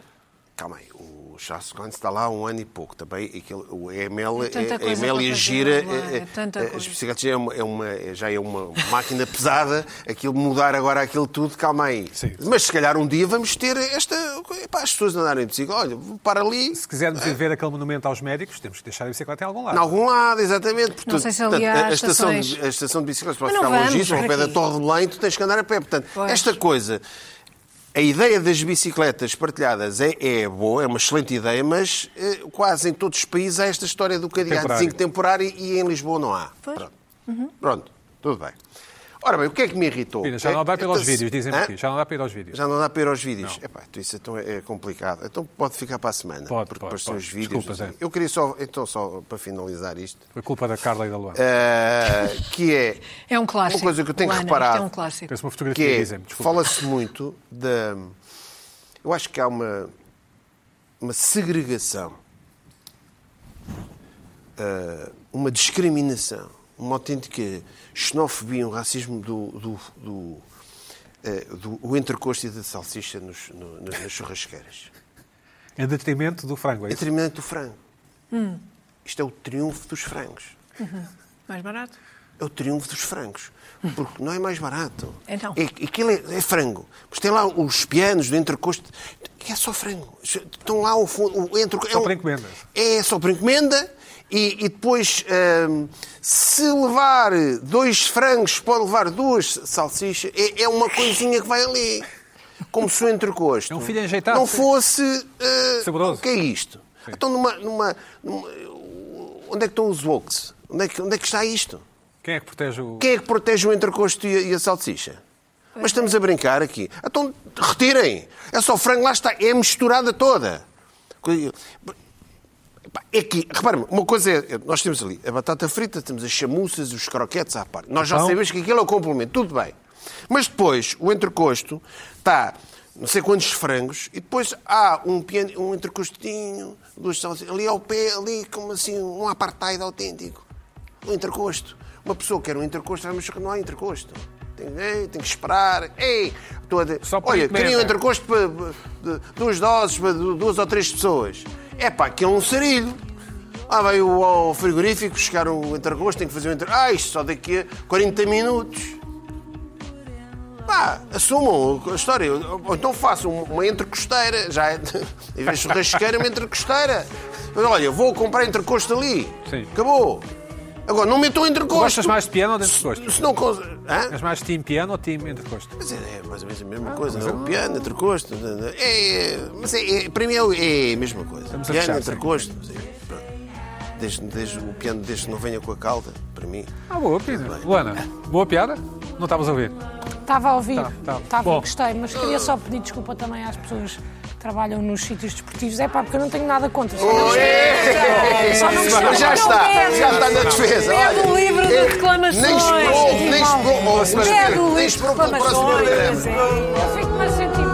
Speaker 2: Calma aí, o Charles Collins está lá há um ano e pouco também. e aquele- o EML,
Speaker 4: É tanta
Speaker 2: é,
Speaker 4: coisa
Speaker 2: EML e
Speaker 4: para
Speaker 2: a
Speaker 4: fazer,
Speaker 2: gira,
Speaker 4: não é?
Speaker 2: é,
Speaker 4: É tanta
Speaker 2: é,
Speaker 4: coisa.
Speaker 2: as bicicletas já é uma, é uma- já é uma máquina pesada. Aquilo mudar agora aquilo tudo, calma aí.
Speaker 6: Sim.
Speaker 2: Mas se calhar um dia vamos ter esta. Epá, as pessoas andarem de bicicleta, olha, vou para ali.
Speaker 6: Se quisermos ir ver aquele monumento aos médicos, temos que deixar a bicicleta em algum lado.
Speaker 2: Em algum lado, exatamente. Portanto,
Speaker 4: sei se ali há
Speaker 2: portanto, a, a estação de,
Speaker 4: estações.
Speaker 2: a estação de bicicletas pode
Speaker 4: Mas não
Speaker 2: ficar
Speaker 4: vamos
Speaker 2: longíssima, ao
Speaker 4: por
Speaker 2: pé da
Speaker 4: aqui.
Speaker 2: Torre de Belém, tu tens que andar a pé. Portanto,
Speaker 4: Pois.
Speaker 2: esta coisa, a ideia das bicicletas partilhadas é, é boa, é uma excelente ideia, mas eh, quase em todos os países há esta história do cadeadozinho temporário e em Lisboa não há.
Speaker 4: Pois. Uhum.
Speaker 2: Pronto. Pronto, tudo bem. Ora bem, o que é que me irritou?
Speaker 6: Pina, já não dá para ir aos
Speaker 2: Então, se-
Speaker 6: vídeos, dizem-me
Speaker 2: Hã?
Speaker 6: aqui. Já não dá para ir aos vídeos.
Speaker 2: Já não dá para ir aos vídeos. Epá, tu isso então é é complicado. Então pode ficar para a semana.
Speaker 6: Pode,
Speaker 2: porque
Speaker 6: pode,
Speaker 2: depois são
Speaker 6: pode.
Speaker 2: os vídeos.
Speaker 6: Desculpas, é.
Speaker 2: Eu queria só, então só para finalizar isto,
Speaker 6: Foi culpa da Carla e da Luana.
Speaker 2: eh, que é
Speaker 4: É um clássico.
Speaker 2: Uma coisa que eu tenho
Speaker 4: Luana, isto
Speaker 2: reparado.
Speaker 4: é um clássico.
Speaker 6: Parece uma
Speaker 2: que
Speaker 6: fotografia,
Speaker 2: é,
Speaker 6: dizem-me. Desculpa.
Speaker 2: fala-se muito da. Eu acho que há uma, uma segregação, ah, uma discriminação, uma autêntica xenofobia, um racismo do, do, do, eh, do- o entrecosto e da salsicha nos- no- no- nas churrasqueiras.
Speaker 6: Em detrimento do frango,
Speaker 2: É
Speaker 6: é isso?
Speaker 2: determinante do frango. Isto é o triunfo dos frangos.
Speaker 4: Mais barato.
Speaker 2: é o triunfo dos frangos. Porque não é mais barato.
Speaker 4: Então.
Speaker 2: É, aquilo é, é frango. Mas tem lá os pianos do entrecosto. É só frango. Estão lá o fundo. O entre,
Speaker 6: Só
Speaker 2: é um-
Speaker 6: para encomendas.
Speaker 2: É só para encomenda. E, e depois, hum, se levar dois frangos, pode levar duas salsichas. É, é uma coisinha que vai ali. Como se o entrecosto
Speaker 6: É um filho enjeitado,
Speaker 2: não
Speaker 6: sim.
Speaker 2: fosse. eh,
Speaker 6: Saboroso.
Speaker 2: o que é isto? Então, numa- numa- numa- onde é que estão os woks? Onde é que- onde é que está isto?
Speaker 6: Quem é que protege o.
Speaker 2: Quem é que protege o entrecosto e a, e a salsicha? Mas estamos a brincar aqui. Então, retirem. É só frango, lá está. É misturada toda. Co- Pá, É que, repara-me, uma coisa é. é- Nós temos ali a batata frita, temos as chamuças, os croquetes à parte. Nós já
Speaker 6: Então?
Speaker 2: sabemos que aquilo é o complemento, tudo bem. Mas depois, o entrecosto está não sei quantos frangos e depois há um, pian... um entrecostinho, duas salsichas, ali ao pé, ali como assim, um apartheid autêntico. Um entrecosto. Uma pessoa quer um entrecosto, mas não há entrecosto. Tem, ei, tem que esperar. Ei, estou a...
Speaker 6: Só por
Speaker 2: Olha,
Speaker 6: encomenda.
Speaker 2: queria um entre- gosto para de- duas doses para du- duas ou três pessoas. É pá, aquilo é um sarilho. Ah, vai o- ao frigorífico, chegar o entregosto, tem que fazer o entregosto. Ah, isto só daqui a 40 minutos. Pá, assumam a história. Ou ou então façam uma entrecosteira. Já é, *laughs* em vez de churrasqueira, uma entrecosteira. Mas olha, vou comprar entrecosto ali.
Speaker 6: Sim.
Speaker 2: Acabou. Agora, não metam entrecosto.
Speaker 6: Gostas mais de piano ou de entrecosto?
Speaker 2: Se não... cons- Hã?
Speaker 6: És mais time piano ou time entrecosto?
Speaker 2: Mas é, é mais ou menos a
Speaker 6: Ah,
Speaker 2: mesma coisa, não? é? Piano, entrecosto. não, não. É, é, mas é, é, para mim é, o- é a mesma coisa.
Speaker 6: a
Speaker 2: Piano,
Speaker 6: fechar,
Speaker 2: entrecosto. mas é, pronto. desde, desde o piano deste não venha com a calda, para mim.
Speaker 1: Ah, boa, Pina. Luana, boa piada? Não estavas a ouvir?
Speaker 3: Estava a ouvir,
Speaker 1: Tá, tá.
Speaker 3: estava
Speaker 1: Bom.
Speaker 3: gostei, mas queria só pedir desculpa também às pessoas que trabalham nos sítios desportivos. É pá, porque eu não tenho nada contra. Só não É, Só não
Speaker 2: Mas é já está, já está na defesa.
Speaker 4: Leve o
Speaker 2: Olha,
Speaker 4: É livro de
Speaker 2: eh,
Speaker 4: reclamações.
Speaker 2: Nem esperou, nem esperou, oh,
Speaker 4: Leve o
Speaker 3: É
Speaker 2: nem
Speaker 4: livro de
Speaker 2: esperou pelo próximo
Speaker 4: reclamações.
Speaker 2: programa.
Speaker 3: Eu fico-me a sentir